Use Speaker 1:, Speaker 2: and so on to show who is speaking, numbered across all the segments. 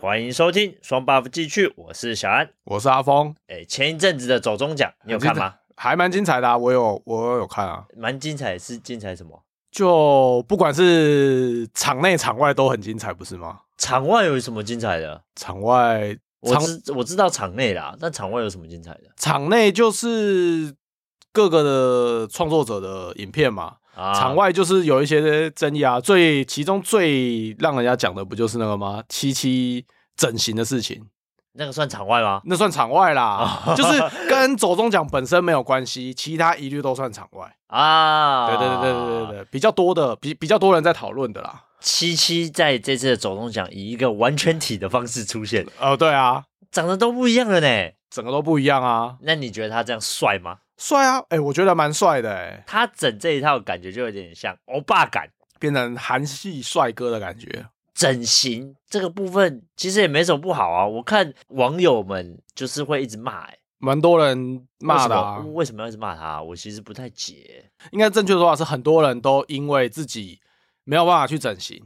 Speaker 1: 欢迎收听双 buff 继续，我是小安。
Speaker 2: 我是阿峰，
Speaker 1: 哎，前一阵子的走中奖
Speaker 2: 啊
Speaker 1: 你有看吗？
Speaker 2: 还蛮精彩的、啊，我有我有看啊，
Speaker 1: 蛮精彩，是精彩什么？
Speaker 2: 就不管是场内场外都很精彩，不是吗？
Speaker 1: 场外有什么精彩的？
Speaker 2: 场外
Speaker 1: 我知我知道场内啦，但场外有什么精彩的？
Speaker 2: 场内就是各个的创作者的影片嘛，
Speaker 1: 啊
Speaker 2: 场外就是有一些争议啊，最其中最让人家讲的不就是那个吗？七七整形的事情，
Speaker 1: 那个算场外吗？
Speaker 2: 那算场外 啦，就是跟走中奖本身没有关系，其他一律都算场外。
Speaker 1: 啊，
Speaker 2: 对对对对对对对，比较多的比比较多人在讨论的啦。
Speaker 1: 七七在这次的走中奖以一个完全体的方式出现，
Speaker 2: 哦，对啊，
Speaker 1: 长得都不一样了呢。
Speaker 2: 整个都不一样啊，
Speaker 1: 那你觉得他这样帅吗？
Speaker 2: 帅啊！哎、我觉得蛮帅的、哎，
Speaker 1: 他整这一套感觉就有点像欧巴感。
Speaker 2: 变成韩系帅哥的感觉。
Speaker 1: 整形这个部分其实也没什么不好啊，我看网友们就是会一直骂、欸，
Speaker 2: 蛮多人骂的、
Speaker 1: 为
Speaker 2: 啊
Speaker 1: 什么，为什么要一直骂他啊、我其实不太解。
Speaker 2: 应该正确的说法是，很多人都因为自己没有办法去整形，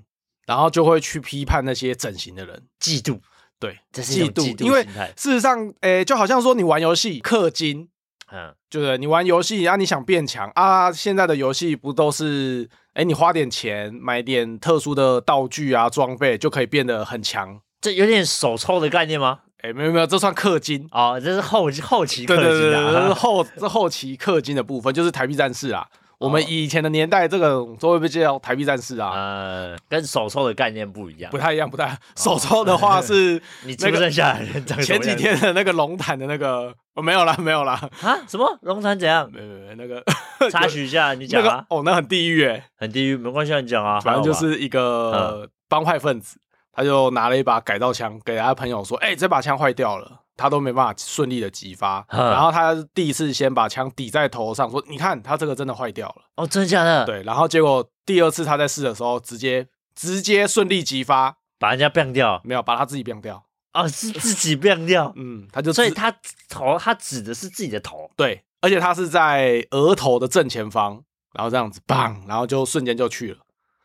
Speaker 2: 然后就会去批判那些整形的人。
Speaker 1: 嫉妒，
Speaker 2: 对，
Speaker 1: 这是一种嫉妒
Speaker 2: 因为
Speaker 1: 心态
Speaker 2: 事实上，哎、就好像说你玩游戏氪金，
Speaker 1: 嗯，
Speaker 2: 就是你玩游戏啊，你想变强啊，现在的游戏不都是哎、你花点钱买点特殊的道具啊装备就可以变得很强？
Speaker 1: 这有点手抽的概念吗？
Speaker 2: 哎、没有没有，这算氪金。
Speaker 1: 哦，这是后后期氪
Speaker 2: 对对对
Speaker 1: 金
Speaker 2: 对，这是
Speaker 1: 啊，
Speaker 2: 后这后期氪金的部分，就是台币战士啊。我
Speaker 1: 哦
Speaker 2: 们以前的年代，这个都会被叫台币战士啊，
Speaker 1: 呃，跟手抽的概念不一样
Speaker 2: 不。太一样，不太。手抽的 话是
Speaker 1: 你出
Speaker 2: 那个
Speaker 1: 生下来的人长哦什么样
Speaker 2: 前
Speaker 1: 子
Speaker 2: 几天的那个龙潭的那个，哦没有啦，没有啦，
Speaker 1: 啊，什么龙潭怎样？
Speaker 2: 没有没有那个
Speaker 1: 插曲一下，你
Speaker 2: 那
Speaker 1: 讲
Speaker 2: 个
Speaker 1: 啊，
Speaker 2: 哦，那很地狱哎，
Speaker 1: 很地狱，没关系啊，你讲啊，
Speaker 2: 反正就
Speaker 1: 还好吧嗯
Speaker 2: 是一个帮派分子，他就拿了一把改造枪给他朋友说：“哎、这把枪坏掉了。”他都没办法顺利的击发，
Speaker 1: 嗯
Speaker 2: 然后他第一次先把枪抵在头上，说：“你看，他这个真的坏掉了。”
Speaker 1: 哦，真的假的？，
Speaker 2: 对，然后结果第二次他在试的时候，直接直接顺利击发，
Speaker 1: 把人家变掉
Speaker 2: 没有把他自己变掉。
Speaker 1: 哦，是自己变掉，
Speaker 2: 嗯，他就
Speaker 1: 所以
Speaker 2: 直
Speaker 1: 他头他指的是自己的头，
Speaker 2: 对，而且他是在额头的正前方，然后这样子棒，然后就瞬间就去了。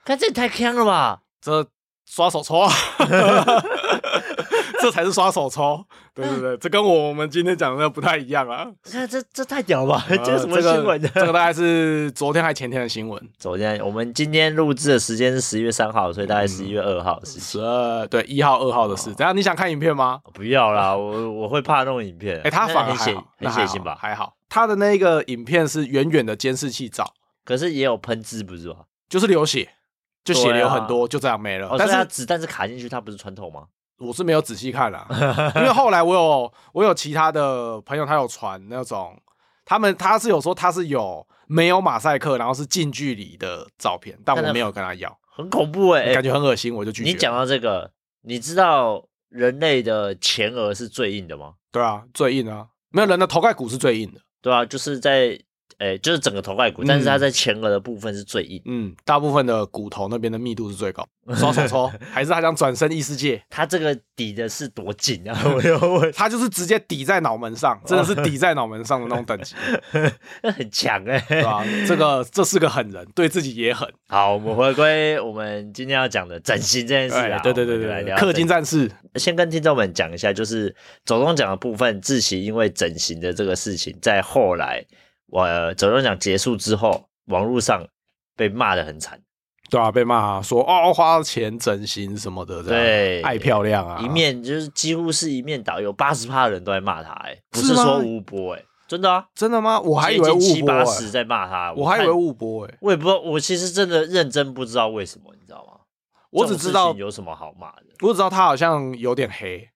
Speaker 1: 看这也太坑了吧？
Speaker 2: 这刷手抽啊， 这才是刷手抽。对对对，这跟我们今天讲的不太一样啊。
Speaker 1: 看这这太屌了吧？ 这
Speaker 2: 呃
Speaker 1: 是什么新闻
Speaker 2: 这个？这
Speaker 1: 呢？
Speaker 2: 个大概是昨天还前天的新闻。
Speaker 1: 昨天我们今天录制的时间是十一月三号，所以大概
Speaker 2: 嗯
Speaker 1: 十一月二哦号的事情。
Speaker 2: 十二对一号、二号的事，怎样？你想看影片吗？
Speaker 1: 不要啦，我我会怕那种影片。
Speaker 2: 嗯哎、他
Speaker 1: 那
Speaker 2: 反而
Speaker 1: 很
Speaker 2: 还
Speaker 1: 血
Speaker 2: 好，那
Speaker 1: 很
Speaker 2: 还
Speaker 1: 血
Speaker 2: 好
Speaker 1: 腥吧？
Speaker 2: 还好。他的那个影片是远远的监视器照，
Speaker 1: 可是也有喷汁，不是吧？
Speaker 2: 就是流血，就血
Speaker 1: 对
Speaker 2: 流
Speaker 1: 啊
Speaker 2: 很多，就这样没了。
Speaker 1: 哦，但
Speaker 2: 但
Speaker 1: 是它
Speaker 2: 是
Speaker 1: 子弹是卡进去，它不是穿透吗？
Speaker 2: 我是没有仔细看 啦，因为后来我有我有其他的朋友，他有传那种，他们他是有说他是有没有马赛克，然后是近距离的照片，但
Speaker 1: 看到
Speaker 2: 我没有跟他要，
Speaker 1: 很恐怖哎、
Speaker 2: 感觉很恶心，我就拒绝了。
Speaker 1: 你讲到这个，你知道人类的前额是最硬的吗？
Speaker 2: 对啊，最硬啊，没有人的头盖骨是最硬的，
Speaker 1: 对啊，就是在诶、就是整个头盖骨，
Speaker 2: 嗯
Speaker 1: 但是它在前额的部分是最硬。
Speaker 2: 嗯，大部分的骨头那边的密度是最 高。双手抽，还是他想转身异世界？
Speaker 1: 它这个抵的是多紧啊！ 我又问，
Speaker 2: 他就是直接抵在脑门
Speaker 1: 哦
Speaker 2: 上，真的是抵在脑门上的那种等 级，
Speaker 1: 那很强哎、
Speaker 2: 对吧、这个这是个狠人，对自己 也狠。
Speaker 1: 好，我们回归我们今天要讲的整形这件事
Speaker 2: 哎
Speaker 1: 啊。
Speaker 2: 对对对
Speaker 1: 我们就来
Speaker 2: 对对，
Speaker 1: 聊
Speaker 2: 氪金
Speaker 1: 整
Speaker 2: 战士，
Speaker 1: 先跟听众们讲一下，就是走中奖的部分，志奇因为整形的这个事情，在后来我、呃、走中奖结束之后，网络上被骂的很惨。
Speaker 2: 对啊，被骂、说哦花钱整形什么的，这样
Speaker 1: 对
Speaker 2: 啊爱漂亮啊，
Speaker 1: 一面就是几乎是一面倒，有八十趴的人都在骂他、哎，不
Speaker 2: 是吗
Speaker 1: 说吴波、哎，真的啊，
Speaker 2: 真的吗？我还以为
Speaker 1: 接近
Speaker 2: 误
Speaker 1: 七
Speaker 2: 播、
Speaker 1: 八
Speaker 2: 欸
Speaker 1: 十，在骂他，
Speaker 2: 我还以为
Speaker 1: 看
Speaker 2: 误播哎、
Speaker 1: 我也不知道，我其实真的认真不知道为什么，你知道吗？
Speaker 2: 我只
Speaker 1: 这种
Speaker 2: 知道
Speaker 1: 事情有什么好骂的，
Speaker 2: 我只知道他好像有点黑，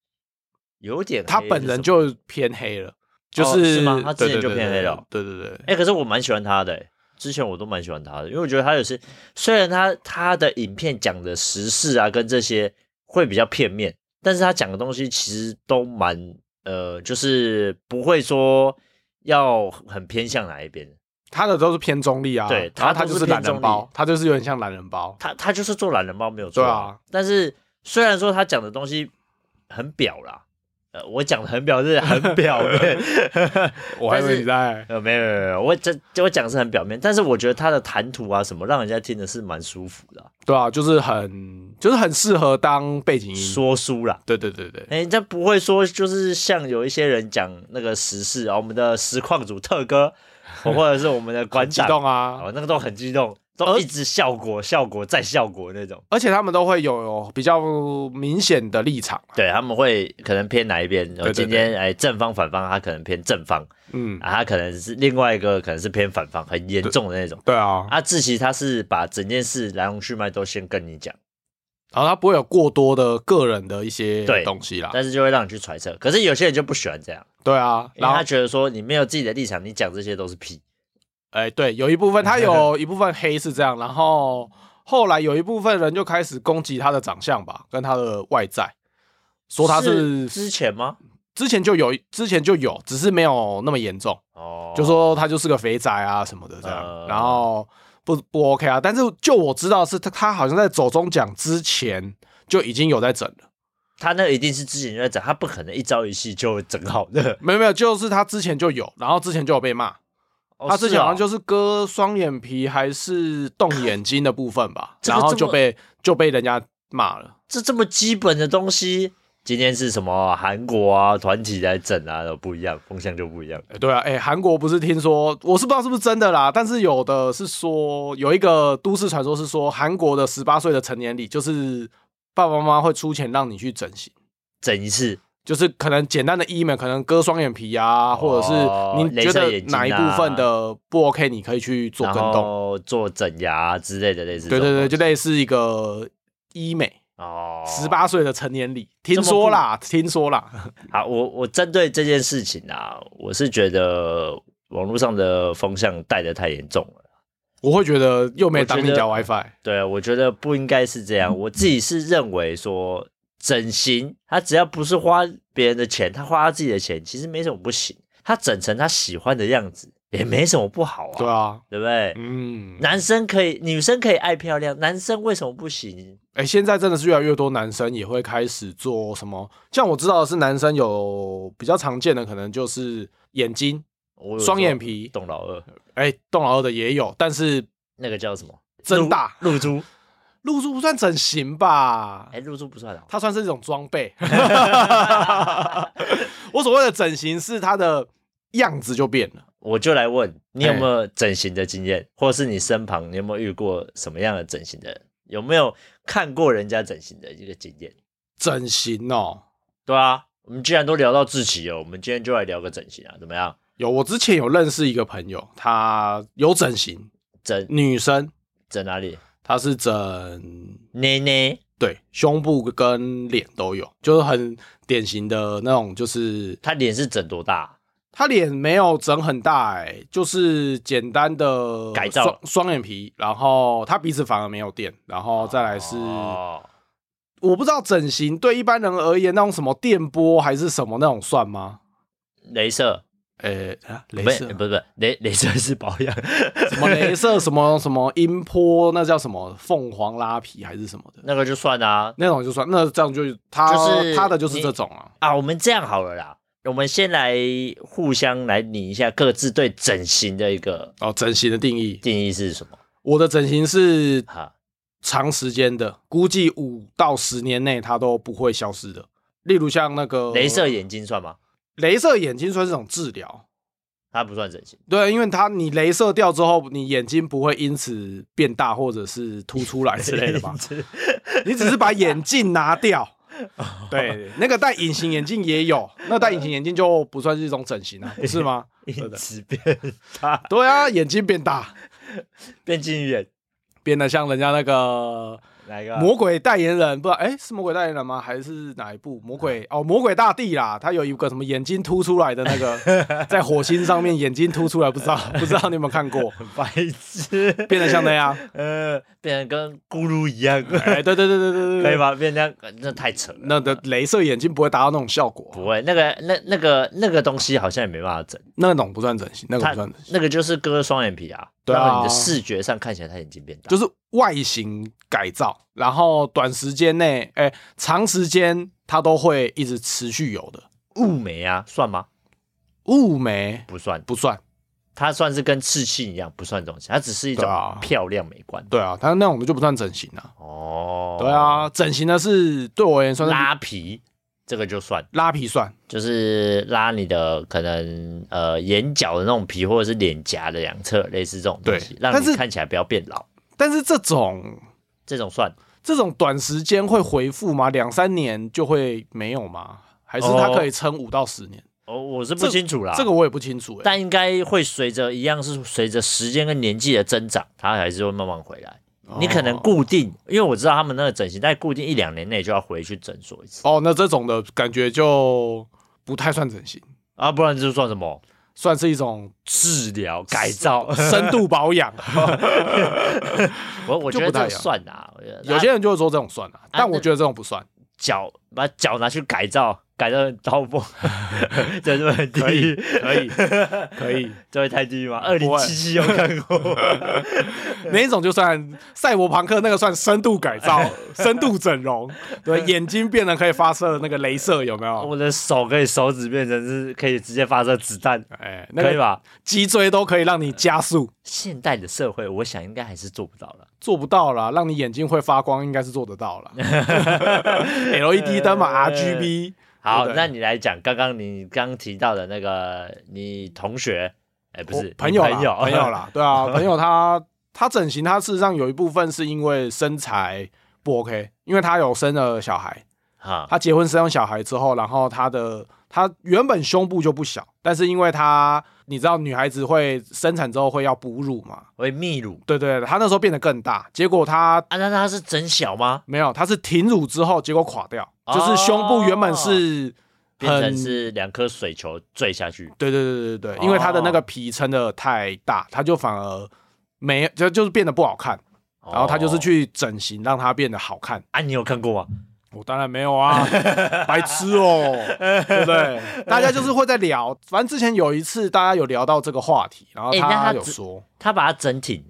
Speaker 1: 有点黑
Speaker 2: 他本人
Speaker 1: 是什么
Speaker 2: 就偏黑了，就
Speaker 1: 哦是吗他之前
Speaker 2: 对对
Speaker 1: 就
Speaker 2: 对
Speaker 1: 偏黑了
Speaker 2: 对对对，
Speaker 1: 哎、可是我蛮喜欢他的、哎之前我都蛮喜欢他的，因为我觉得他有些虽然他他的影片讲的时事啊跟这些会比较片面，但是他讲的东西其实都蛮呃，就是不会说要很偏向哪一边。
Speaker 2: 他的都是偏中立啊，
Speaker 1: 对
Speaker 2: 然
Speaker 1: 他
Speaker 2: 后他
Speaker 1: 都
Speaker 2: 就是是懒
Speaker 1: 偏中
Speaker 2: 人
Speaker 1: 立
Speaker 2: 包，他就是有点像懒人包，
Speaker 1: 他他就是
Speaker 2: 啊
Speaker 1: 做懒人包没有错、
Speaker 2: 对啊。
Speaker 1: 但是虽然说他讲的东西很表啦，呃，我讲的很表面，很表面。
Speaker 2: 我还以
Speaker 1: 但
Speaker 2: 为
Speaker 1: 是
Speaker 2: 你在
Speaker 1: 呃，没有没有没有，我这我讲的是很表面，但是我觉得他的谈吐啊什么，让人家听的是蛮舒服的啊、
Speaker 2: 对啊，就是很就是很适合当背景音。
Speaker 1: 说书啦。
Speaker 2: 对对对对，
Speaker 1: 哎、这不会说就是像有一些人讲那个时事啊，我们的实况组特 哥，或者是我们的馆
Speaker 2: 激
Speaker 1: 长，
Speaker 2: 动啊！
Speaker 1: 哦，那个都很激动，都一直效果、效果再效果那种。
Speaker 2: 而且他们都会有比较明显的立场啊。
Speaker 1: 对，他们会可能偏哪一边？
Speaker 2: 对
Speaker 1: 呃
Speaker 2: 对
Speaker 1: 今天哎，正方反方，他可能偏正方
Speaker 2: 嗯，
Speaker 1: 啊，他可能是另外一个，可能是偏反方，很严重的那种。
Speaker 2: 对啊，
Speaker 1: 啊，志奇他是把整件事来龙去脉都先跟你讲，
Speaker 2: 然后他不会有过多的个人的一些
Speaker 1: 对
Speaker 2: 东西啦。
Speaker 1: 但是就会让你去揣测。可是有些人就不喜欢这样，
Speaker 2: 对啊，
Speaker 1: 因
Speaker 2: 然
Speaker 1: 为
Speaker 2: 后
Speaker 1: 他觉得说你没有自己的立场，你讲这些都是屁。
Speaker 2: 哎，对，有一部分他 有一部分黑是这样，然后后来有一部分人就开始攻击他的长相吧，跟他的外在，说他是
Speaker 1: 之前吗？
Speaker 2: 之前就有，之前就有，只是没有那么严重，
Speaker 1: 哦，
Speaker 2: 就说他就是个肥宅啊什么的这样，
Speaker 1: 呃
Speaker 2: 然后不不 OK 啊。但是就我知道是他，他好像在走中奖之前就已经有在整了，
Speaker 1: 他那个一定是之前就在整，他不可能一朝一夕就整好 的。
Speaker 2: 没有没有，就是他之前就有，然后之前就有被骂，
Speaker 1: 哦
Speaker 2: 他之前好像
Speaker 1: 是哦
Speaker 2: 就是割双眼皮还是动眼睛的部分吧，
Speaker 1: 这个
Speaker 2: 然
Speaker 1: 这
Speaker 2: 后
Speaker 1: 么
Speaker 2: 就被就被人家骂了。
Speaker 1: 这这么基本的东西，今天是什么韩国啊团体来整啊，都不一样，风向就不一样。
Speaker 2: 欸对啊，哎、韩国不是听说，我是不知道是不是真的啦，但是有的是说有一个都市传说是说，韩国的十八岁的成年礼就是爸爸妈妈会出钱让你去整形。
Speaker 1: 整一次，
Speaker 2: 就是可能简单的医美，可能割双眼皮啊，或者是你觉
Speaker 1: 哦镭射
Speaker 2: 得
Speaker 1: 眼睛啊
Speaker 2: 哪一部分的不 OK，你可以去做
Speaker 1: 然
Speaker 2: 跟动。
Speaker 1: 后做整牙啊之类的类似这
Speaker 2: 对
Speaker 1: 种
Speaker 2: 对
Speaker 1: 东西。
Speaker 2: 对，就类似一个医美，
Speaker 1: 哦，
Speaker 2: 十八岁的成年礼，听说啦，听说啦。
Speaker 1: 好，我我针对这件事情啊，我是觉得网络上的风向带的太严重了。
Speaker 2: 我会觉得又没当你家 WiFi，
Speaker 1: 对，我觉得不应该是这样。我自己是认为说，整形他只要不是花别人的钱，他花他自己的钱，其实没什么不行。他整成他喜欢的样子也没什么不好啊，
Speaker 2: 对啊，
Speaker 1: 对不对？
Speaker 2: 嗯，
Speaker 1: 男生可以，女生可以爱漂亮，男生为什么不行？
Speaker 2: 哎，现在真的是越来越多男生也会开始做什么，像我知道的是男生有比较常见的可能就是眼睛，
Speaker 1: 我有
Speaker 2: 双眼
Speaker 1: 说
Speaker 2: 皮
Speaker 1: 懂老二
Speaker 2: 哎，动老二的也有，但是
Speaker 1: 那个叫什么？
Speaker 2: 增大
Speaker 1: 露露珠？
Speaker 2: 露珠不算整形吧
Speaker 1: 哎、？露珠不算啊。
Speaker 2: 它算是一种 装备。 我所谓的整形是它的样子就变了。
Speaker 1: 我就来问你有
Speaker 2: 嘿
Speaker 1: 没有整形的经验，或者是你身旁你有没有遇过什么样的整形的人？有没有看过人家整形的一个经验？
Speaker 2: 整形哦，
Speaker 1: 对啊，我们既然都聊到志奇了，我们今天就来聊个整形啊，怎么样？
Speaker 2: 有我之前有认识一个朋友，她有整形，
Speaker 1: 整
Speaker 2: 女生，
Speaker 1: 整哪里？
Speaker 2: 她是整
Speaker 1: 捏捏
Speaker 2: 对胸部跟脸都有，就是很典型的那种，就是
Speaker 1: 他脸是整多大？
Speaker 2: 她脸没有整很大、哎，就是简单的
Speaker 1: 改造
Speaker 2: 双双眼皮，然后她鼻子反而没有垫，然后再来是。
Speaker 1: 哦，
Speaker 2: 我不知道整形对一般人而言，那种什么电波还是什么那种算吗？
Speaker 1: 镭射，
Speaker 2: 呃、啊
Speaker 1: 不
Speaker 2: 镭
Speaker 1: 是
Speaker 2: 射
Speaker 1: 不是不是镭镭射是保养，
Speaker 2: 什么镭射什么什么音波，那叫什么凤凰拉皮还是什么的，
Speaker 1: 那个就算啊
Speaker 2: 那种就算那这样就他、
Speaker 1: 就是
Speaker 2: 他的就是
Speaker 1: 你
Speaker 2: 这种啊，
Speaker 1: 啊！我们这样好了啦，我们先来互相来拟一下各自对整形的一个
Speaker 2: 哦，整形的定义，
Speaker 1: 定义是什么
Speaker 2: 我的整形是
Speaker 1: 哈。
Speaker 2: 长时间的，估计五到十年内它都不会消失的。例如像那个
Speaker 1: 镭射，眼睛算吗？
Speaker 2: 镭射眼睛算是一种治疗，
Speaker 1: 它不算整形，
Speaker 2: 对，因为它你镭射掉之后，你眼睛不会因此变大或者是凸出来之类的 吧？ 你只是把眼镜拿掉。对，那个戴隐形眼镜也有，那戴隐形眼镜就不算是一种整形啊，不是吗？对
Speaker 1: 因
Speaker 2: 的，
Speaker 1: 此变大，
Speaker 2: 对啊，眼睛变大，
Speaker 1: 变近远，
Speaker 2: 变得像人家那个
Speaker 1: 哪一个啊？
Speaker 2: 魔鬼代言人，不知道哎、是魔鬼代言人吗？还是哪一部魔鬼？哦，魔鬼大帝啦，他有一个什么眼睛凸出来的那个，在火星上面眼睛凸出来，不知道不知道你有没有看过？
Speaker 1: 白痴，
Speaker 2: 变得像那样，
Speaker 1: 呃， 变成跟咕噜一样，
Speaker 2: 哎、对对对对对对，
Speaker 1: 可以？吗？变成那样那太扯了，
Speaker 2: 那的镭射眼睛不会达到那种效果，
Speaker 1: 不会，那个那那个那个东西好像也没办法整，
Speaker 2: 那种不算整形，那个
Speaker 1: 它
Speaker 2: 不算整形，
Speaker 1: 那个就是割双眼皮啊，
Speaker 2: 对啊
Speaker 1: 让你的视觉上看起来它眼睛变大，
Speaker 2: 就是外形改造，然后短时间内，哎、长时间它都会一直持续有的。
Speaker 1: 雾眉啊，算吗？
Speaker 2: 雾眉
Speaker 1: 不算，
Speaker 2: 不算，
Speaker 1: 它算是跟刺青一样，不算东西，它只是一种
Speaker 2: 对啊
Speaker 1: 漂亮美观。
Speaker 2: 对啊，但那种的就不算整形啊。
Speaker 1: 哦，
Speaker 2: 对，啊，整形的是对我而言算是
Speaker 1: 拉皮这个就算，
Speaker 2: 拉皮算，
Speaker 1: 就是拉你的可能呃眼角的那种皮，或者是脸颊的两侧，类似这种东西，
Speaker 2: 对
Speaker 1: 让
Speaker 2: 但
Speaker 1: 你
Speaker 2: 是
Speaker 1: 看起来不要变老，
Speaker 2: 但是这种
Speaker 1: 这种算。
Speaker 2: 这种短时间会回复吗？两三年就会没有吗？还是它
Speaker 1: 哦
Speaker 2: 可以撑五到十年？
Speaker 1: 哦，我是不
Speaker 2: 这
Speaker 1: 清楚啦，
Speaker 2: 这个我也不清楚、欸。
Speaker 1: 但应该会随着一样是随着时间跟年纪的增长，它还是会慢慢回来。你可能
Speaker 2: 哦
Speaker 1: 固定，因为我知道他们那个整形，在固定一两年内就要回去诊所一次
Speaker 2: 哦，那这种的感觉就不太算整形，
Speaker 1: 啊，不然这算什么
Speaker 2: 算是一种
Speaker 1: 治疗改造？
Speaker 2: 深度 保养。
Speaker 1: 我我觉得
Speaker 2: 就不太
Speaker 1: 这
Speaker 2: 一样
Speaker 1: 算啊，我觉得
Speaker 2: 有些人就会说这种算
Speaker 1: 啊
Speaker 2: 了、但我觉得这种不算。
Speaker 1: 脚把脚拿去改造，改造成刀 锋，这是不是很低？
Speaker 2: 可 以，可以，
Speaker 1: 这会太低吗？二
Speaker 2: 不
Speaker 1: 零
Speaker 2: 会
Speaker 1: 七七有看 过，
Speaker 2: 那一种就算赛博朋克那个算深度改造、深度整容，对，眼睛变得可以发射那个镭射，有没有？
Speaker 1: 我的手可以手指变成是可以直接发射子弹，
Speaker 2: 哎，那
Speaker 1: 可以
Speaker 2: 个
Speaker 1: 吧？
Speaker 2: 脊椎都可以让你加速，
Speaker 1: 现代的社会，我想应该还是做不到了。
Speaker 2: 做不到啦，让你眼睛会发光，应该是做 得到啦。LED 灯嘛，RGB，
Speaker 1: 好，
Speaker 2: 对
Speaker 1: 那你来讲刚刚你刚提到的那个你同学，哎，不
Speaker 2: 我
Speaker 1: 是你
Speaker 2: 哦朋友啦
Speaker 1: 朋友
Speaker 2: 朋 友啦，对啊，朋友他他整形，他事实上有一部分是因为身材不 OK，因为他有生了小孩，
Speaker 1: 哈，
Speaker 2: 他结婚生了小孩之后，然后他的他原本胸部就不小，但是因为他你知道女孩子会生产之后会要哺乳嘛，
Speaker 1: 为泌乳
Speaker 2: 对对，对他那时候变得更大，结果他
Speaker 1: 啊，那他是整小吗？
Speaker 2: 没有，他是停乳之后结果垮掉，
Speaker 1: 哦
Speaker 2: 就是胸部原本
Speaker 1: 啊
Speaker 2: 是
Speaker 1: 变
Speaker 2: 很
Speaker 1: 成是两颗水球坠下去，
Speaker 2: 对对对对对对，因为他的那个
Speaker 1: 啊
Speaker 2: 皮撑的太大，他就反而没就就是变得不好看。然后他就是
Speaker 1: 哦
Speaker 2: 去整形，让它变得好看。
Speaker 1: 啊，你有看过吗？
Speaker 2: 我当然没有啊，白痴哦、对不对？大家就是会在聊，反正之前有一次大家有聊到这个话题，然后
Speaker 1: 诶那他
Speaker 2: 有
Speaker 1: 只
Speaker 2: 说，
Speaker 1: 他把它整挺，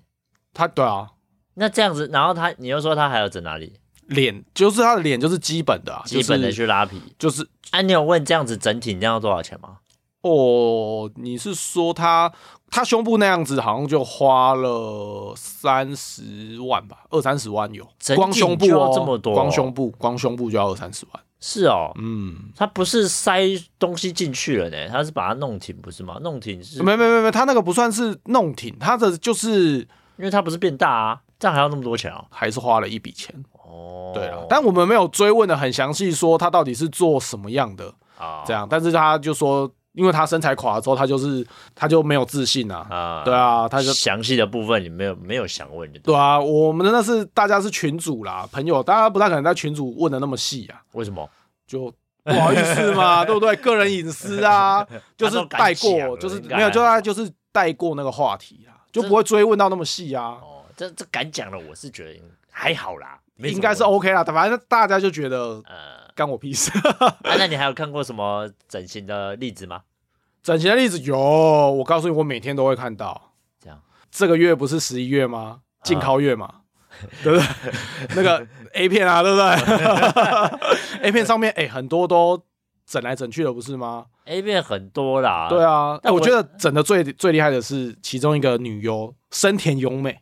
Speaker 2: 他对啊，
Speaker 1: 那这样子，然后他你又说他还有整哪里？
Speaker 2: 脸就是他的脸就是基本的、啊，
Speaker 1: 基本的
Speaker 2: 就是
Speaker 1: 去拉皮。
Speaker 2: 就是
Speaker 1: 啊，你有问这样子整体你要多少钱吗？
Speaker 2: 哦，你是说他他胸部那样子，好像就花了三十万吧，二三十万有，
Speaker 1: 整
Speaker 2: 光
Speaker 1: 体
Speaker 2: 胸部
Speaker 1: 就要
Speaker 2: 哦，
Speaker 1: 这么多
Speaker 2: 光胸部光胸部就要二三十万，
Speaker 1: 是哦，
Speaker 2: 嗯。
Speaker 1: 他不是塞东西进去了呢，他是把它弄挺，不是吗？弄挺是，因
Speaker 2: 没没没没，他那个不算是弄挺，他的就是
Speaker 1: 为它不是变大啊，这样还要那么多钱哦。
Speaker 2: 还是花了一笔钱。
Speaker 1: 哦，
Speaker 2: 对啊，但我们没有追问的很详细，说他到底是做什么样的
Speaker 1: 啊
Speaker 2: 这样，但是他就说，因为他身材垮了之后，他就是他就没有自信啊。
Speaker 1: 啊，
Speaker 2: 对，啊，他就
Speaker 1: 详细的部分你没有没有想问的，
Speaker 2: 对啊，我们真的是大家是群主啦，朋友，大家不太可能在群主问的那么细啊，
Speaker 1: 为什么？
Speaker 2: 就。不好意思 嘛，对不对？个人隐私啊，就是带
Speaker 1: 他都敢讲
Speaker 2: 过，
Speaker 1: 了
Speaker 2: 就是
Speaker 1: 应该
Speaker 2: 没有，就
Speaker 1: 还好
Speaker 2: 他就是带过那个话题啦，就不会追问到那么细啊。
Speaker 1: 哦，这这敢讲了，我是觉得还好啦，没什么
Speaker 2: 应该是哦
Speaker 1: 问题
Speaker 2: OK 啦，反正大家就觉得
Speaker 1: 呃，
Speaker 2: 干我屁事。
Speaker 1: 啊，那你还有看过什么整形的例子吗？
Speaker 2: 整形的例子有，我告诉你，我每天都会看到。
Speaker 1: 这样
Speaker 2: 这个月不是十一月吗？禁靠月嘛，
Speaker 1: 嗯
Speaker 2: 对不 对？那个 A 片啊，对 不对？A 片上面哎、很多都整来整去的，不是吗？
Speaker 1: A 片很多啦，
Speaker 2: 对啊，哎、
Speaker 1: 但
Speaker 2: 我
Speaker 1: 我
Speaker 2: 觉得整的最最厉害的是其中一个女优深田由美，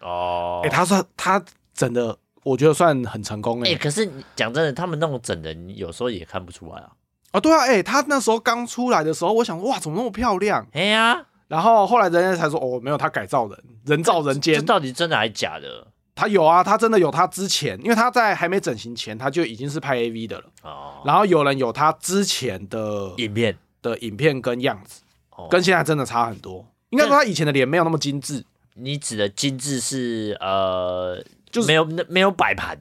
Speaker 1: 哦，
Speaker 2: 哎、她算她整的，我觉得算很成功哎、
Speaker 1: 哎、可是你讲真的，他们那种整人有时候也看不出来啊。
Speaker 2: 哦，对啊，哎、她那时候刚出来的时候，我想哇，怎么那么漂亮？
Speaker 1: 哎呀、
Speaker 2: 然后后来人家才说，哦，没有，他改造人，人造人
Speaker 1: 这
Speaker 2: 间。
Speaker 1: 到底真的还假的？
Speaker 2: 他有啊，他真的有他之前，因为他在还没整形前，他就已经是拍 AV 的了。
Speaker 1: 哦，
Speaker 2: 然后有人有他之前的
Speaker 1: 影片
Speaker 2: 的影片跟样子，
Speaker 1: 哦，
Speaker 2: 跟现在真的差很多。应该说他以前的脸没有那么 精致，
Speaker 1: 你指的精致是呃，
Speaker 2: 就是
Speaker 1: 没有那没有摆盘，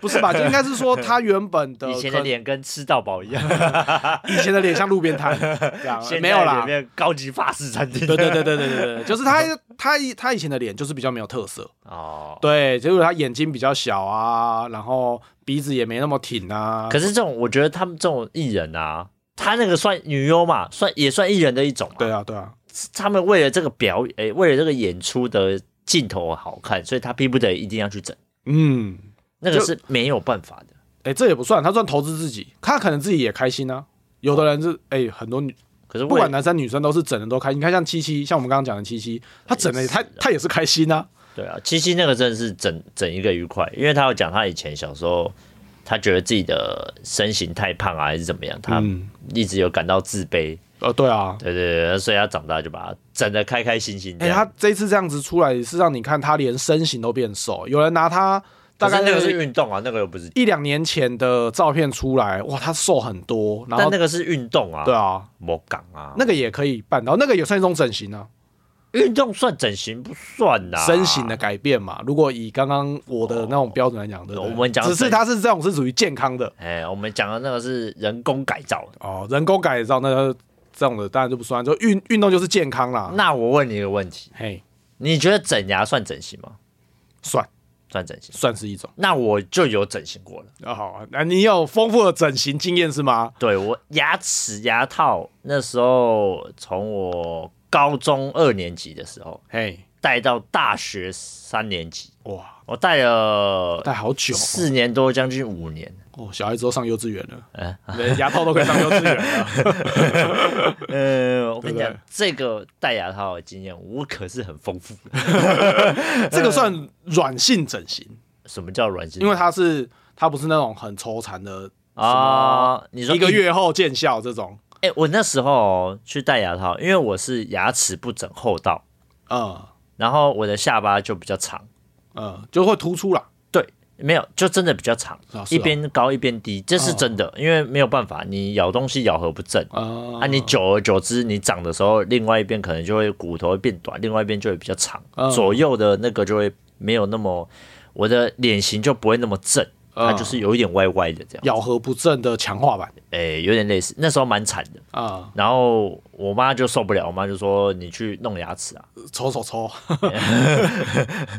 Speaker 2: 不是吧？就应该是说他原本的
Speaker 1: 以前
Speaker 2: 可
Speaker 1: 的脸跟吃到饱一样，
Speaker 2: 以前的脸像路 边摊，这样啊
Speaker 1: 现在
Speaker 2: 没有
Speaker 1: 里
Speaker 2: 啦。
Speaker 1: 面高级法式餐厅。
Speaker 2: 对对对对对对对，就是他他他以前的脸就是比较没有特色，
Speaker 1: 哦，
Speaker 2: 对，结果他眼睛比较小啊，然后鼻子也没那么挺啊。
Speaker 1: 可是这种我觉得他们这种艺人啊，他那个算女优嘛，算也算艺人的一种、啊。
Speaker 2: 对啊对啊，
Speaker 1: 他们为了这个表演，哎、为了这个演出的镜头好看，所以他逼不得已一定要去整，
Speaker 2: 嗯，
Speaker 1: 那个
Speaker 2: 就是
Speaker 1: 没有办法的。
Speaker 2: 哎，这也不算，他算投资自己，他可能自己也开心啊。有的人是哎，很多女
Speaker 1: 可是
Speaker 2: 不管
Speaker 1: 他，
Speaker 2: 男生女生都是整人都开心。你看像七七，像我们刚刚讲的七七，他整的
Speaker 1: 也是
Speaker 2: 他
Speaker 1: 啊
Speaker 2: 他也是开心啊。
Speaker 1: 对啊，七七那个真的是整整一个愉快，因为他有讲他以前小时候，他觉得自己的身形太胖啊，还是怎么样，他
Speaker 2: 嗯
Speaker 1: 一直有感到自卑，
Speaker 2: 呃，对啊，
Speaker 1: 对对对，所以他长大就把它整的开开心心这
Speaker 2: 哎，
Speaker 1: 样。
Speaker 2: 他这一次这样子出来是让你看他连身形都变瘦，有人拿他大概
Speaker 1: 可是那个是运动啊，那个又不是，
Speaker 2: 一两年前的照片出来，哇，他瘦很多，然
Speaker 1: 但
Speaker 2: 后
Speaker 1: 那个是运动啊，
Speaker 2: 对啊，
Speaker 1: 魔港啊，
Speaker 2: 那个也可以办到，那个也算一种整形啊，
Speaker 1: 运动算整形不算啊呐、
Speaker 2: 身形的改变嘛。如果以刚刚我的那种标准来讲，对不对？
Speaker 1: 哦我们讲
Speaker 2: 只是他是这种是属于健康的
Speaker 1: 哎、我们讲的那个是人工改造的。
Speaker 2: 哦，人工改造那这种的当然就不算，就运运动就是健康啦。
Speaker 1: 那我问你一个问题，
Speaker 2: 嘿，
Speaker 1: 你觉得整牙算整形吗？
Speaker 2: 算
Speaker 1: 算整形。
Speaker 2: 算是一种
Speaker 1: 那我就有整形过了。
Speaker 2: 啊，好啊，那你有丰富的整形经验是吗？
Speaker 1: 对我牙齿牙套那时候，从我高中二年级的时候
Speaker 2: 嘿，
Speaker 1: 戴到大学三年级，
Speaker 2: 哇，
Speaker 1: 我戴了
Speaker 2: 戴好久哦
Speaker 1: 四年多，将近五年。
Speaker 2: 哦，小孩子都上幼稚园了，
Speaker 1: 哎
Speaker 2: 你的牙套都可以上幼稚园了。
Speaker 1: 呃，我跟你
Speaker 2: 对
Speaker 1: 讲，这个戴牙套的经验，我可是很丰富的。
Speaker 2: 这个算软性整形，
Speaker 1: 什么叫软性？
Speaker 2: 因为它是它不是那种很愁残的，
Speaker 1: 啊，你说
Speaker 2: 一个月后见效这种。
Speaker 1: 哎、我那时候哦去戴牙套，因为我是牙齿不整后道，
Speaker 2: 嗯
Speaker 1: 然后我的下巴就比较长，
Speaker 2: 嗯，就会突出啦。
Speaker 1: 对，没有，就真的比较长，
Speaker 2: 啊嗯是
Speaker 1: 一
Speaker 2: 啊
Speaker 1: 边高一边低，这是真的，因为没有办法，你咬东西咬合不正。
Speaker 2: 啊
Speaker 1: 啊，你久而久之，你长的时候，另外一边可能就会骨头会变短，另外一边就会比较长，
Speaker 2: 嗯
Speaker 1: 左右的那个就会没有那么，我的脸型就不会那么正，它
Speaker 2: 嗯
Speaker 1: 就是有一点歪歪的这样，
Speaker 2: 咬合不正的强化版
Speaker 1: 哎、有点类似，那时候蛮惨的。
Speaker 2: 啊，
Speaker 1: 然后我妈就受不了，我妈就说：“你去弄牙齿啊
Speaker 2: 抽抽 抽，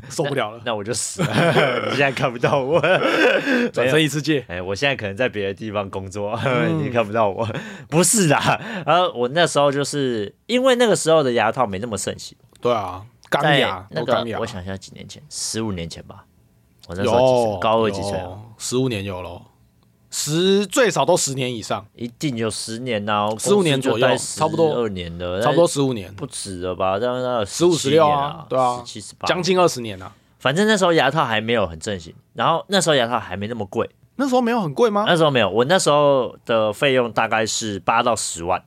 Speaker 2: 受不了！”了，
Speaker 1: 那我就 死了。你现在看不到我，
Speaker 2: 转身异世界。
Speaker 1: 哎，我现在可能在别的地方工作，
Speaker 2: 嗯
Speaker 1: 你看不到我。不是啦，然后我那时候就是因为那个时候的牙套没那么盛行，
Speaker 2: 对啊，钢
Speaker 1: 在
Speaker 2: 牙，
Speaker 1: 那
Speaker 2: 都
Speaker 1: 个
Speaker 2: 钢牙
Speaker 1: 我想一下，几年前，十五年前吧。我那时候几
Speaker 2: 有
Speaker 1: 岁？高二几岁啊？
Speaker 2: 有十五年有咯，十最少都十年以上，
Speaker 1: 一定有十年呐、啊，
Speaker 2: 15年左右差不多
Speaker 1: 二年的，
Speaker 2: 差不多十五年，
Speaker 1: 呃不止了吧？这样那
Speaker 2: 十五十六啊，对啊
Speaker 1: 七十八，，
Speaker 2: 将近二十年啊。
Speaker 1: 反正那时候牙套还没有很盛行，然后那时候牙套还没那么贵，
Speaker 2: 那时候没有很贵吗？
Speaker 1: 那时候没有，我那时候的费用大概是八到十万，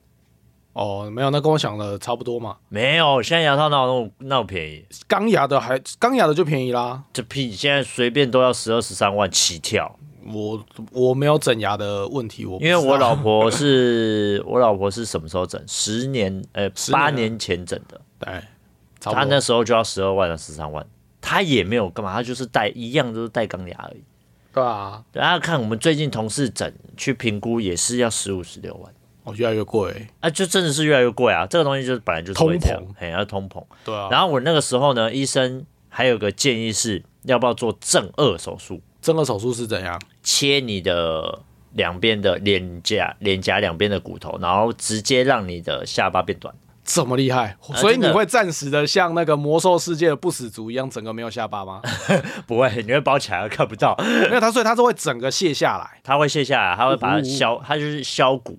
Speaker 2: 哦，没有，那跟我想的差不多嘛。
Speaker 1: 没有，现在牙套哪有那么那么便宜？
Speaker 2: 钢牙的还钢牙的就便宜啦，
Speaker 1: 这屁现在随便都要十二十三万起跳，
Speaker 2: 我我没有整牙的问题，我不
Speaker 1: 因为
Speaker 2: 知道
Speaker 1: 我老婆是我老婆是什么时候整？十年呃
Speaker 2: 十年啊
Speaker 1: 八年前整的，
Speaker 2: 哎，差
Speaker 1: 她
Speaker 2: 不
Speaker 1: 那
Speaker 2: 多
Speaker 1: 时候就要十二万到十三万，她也没有干嘛，她就是戴一样都是戴钢牙而已。
Speaker 2: 对啊，
Speaker 1: 对啊，看我们最近同事整去评估也是要十五十六万。
Speaker 2: 哦，越来越贵，
Speaker 1: 啊，就真的是越来越贵啊！这个东西就是本来就是会这样
Speaker 2: 通，
Speaker 1: 哎，要通膨。
Speaker 2: 对啊然
Speaker 1: 然
Speaker 2: 后
Speaker 1: 后我那个时候呢，医生还有个建议是，要不要做正颚手术，
Speaker 2: 整个手术是怎样？
Speaker 1: 切你的两边的脸颊、脸颊两边的骨头，然后直接让你的下巴变短。
Speaker 2: 这么厉害，所
Speaker 1: 呃
Speaker 2: 以
Speaker 1: 真
Speaker 2: 你
Speaker 1: 的
Speaker 2: 会暂时的像那个魔兽世界的不死族一样，整个没有下巴吗？
Speaker 1: 不会，你会包起来看不到，
Speaker 2: 没有，他所以他是会整个卸下来，
Speaker 1: 它会卸下来，它会把它
Speaker 2: 呜呜呜
Speaker 1: 削，它就是削骨，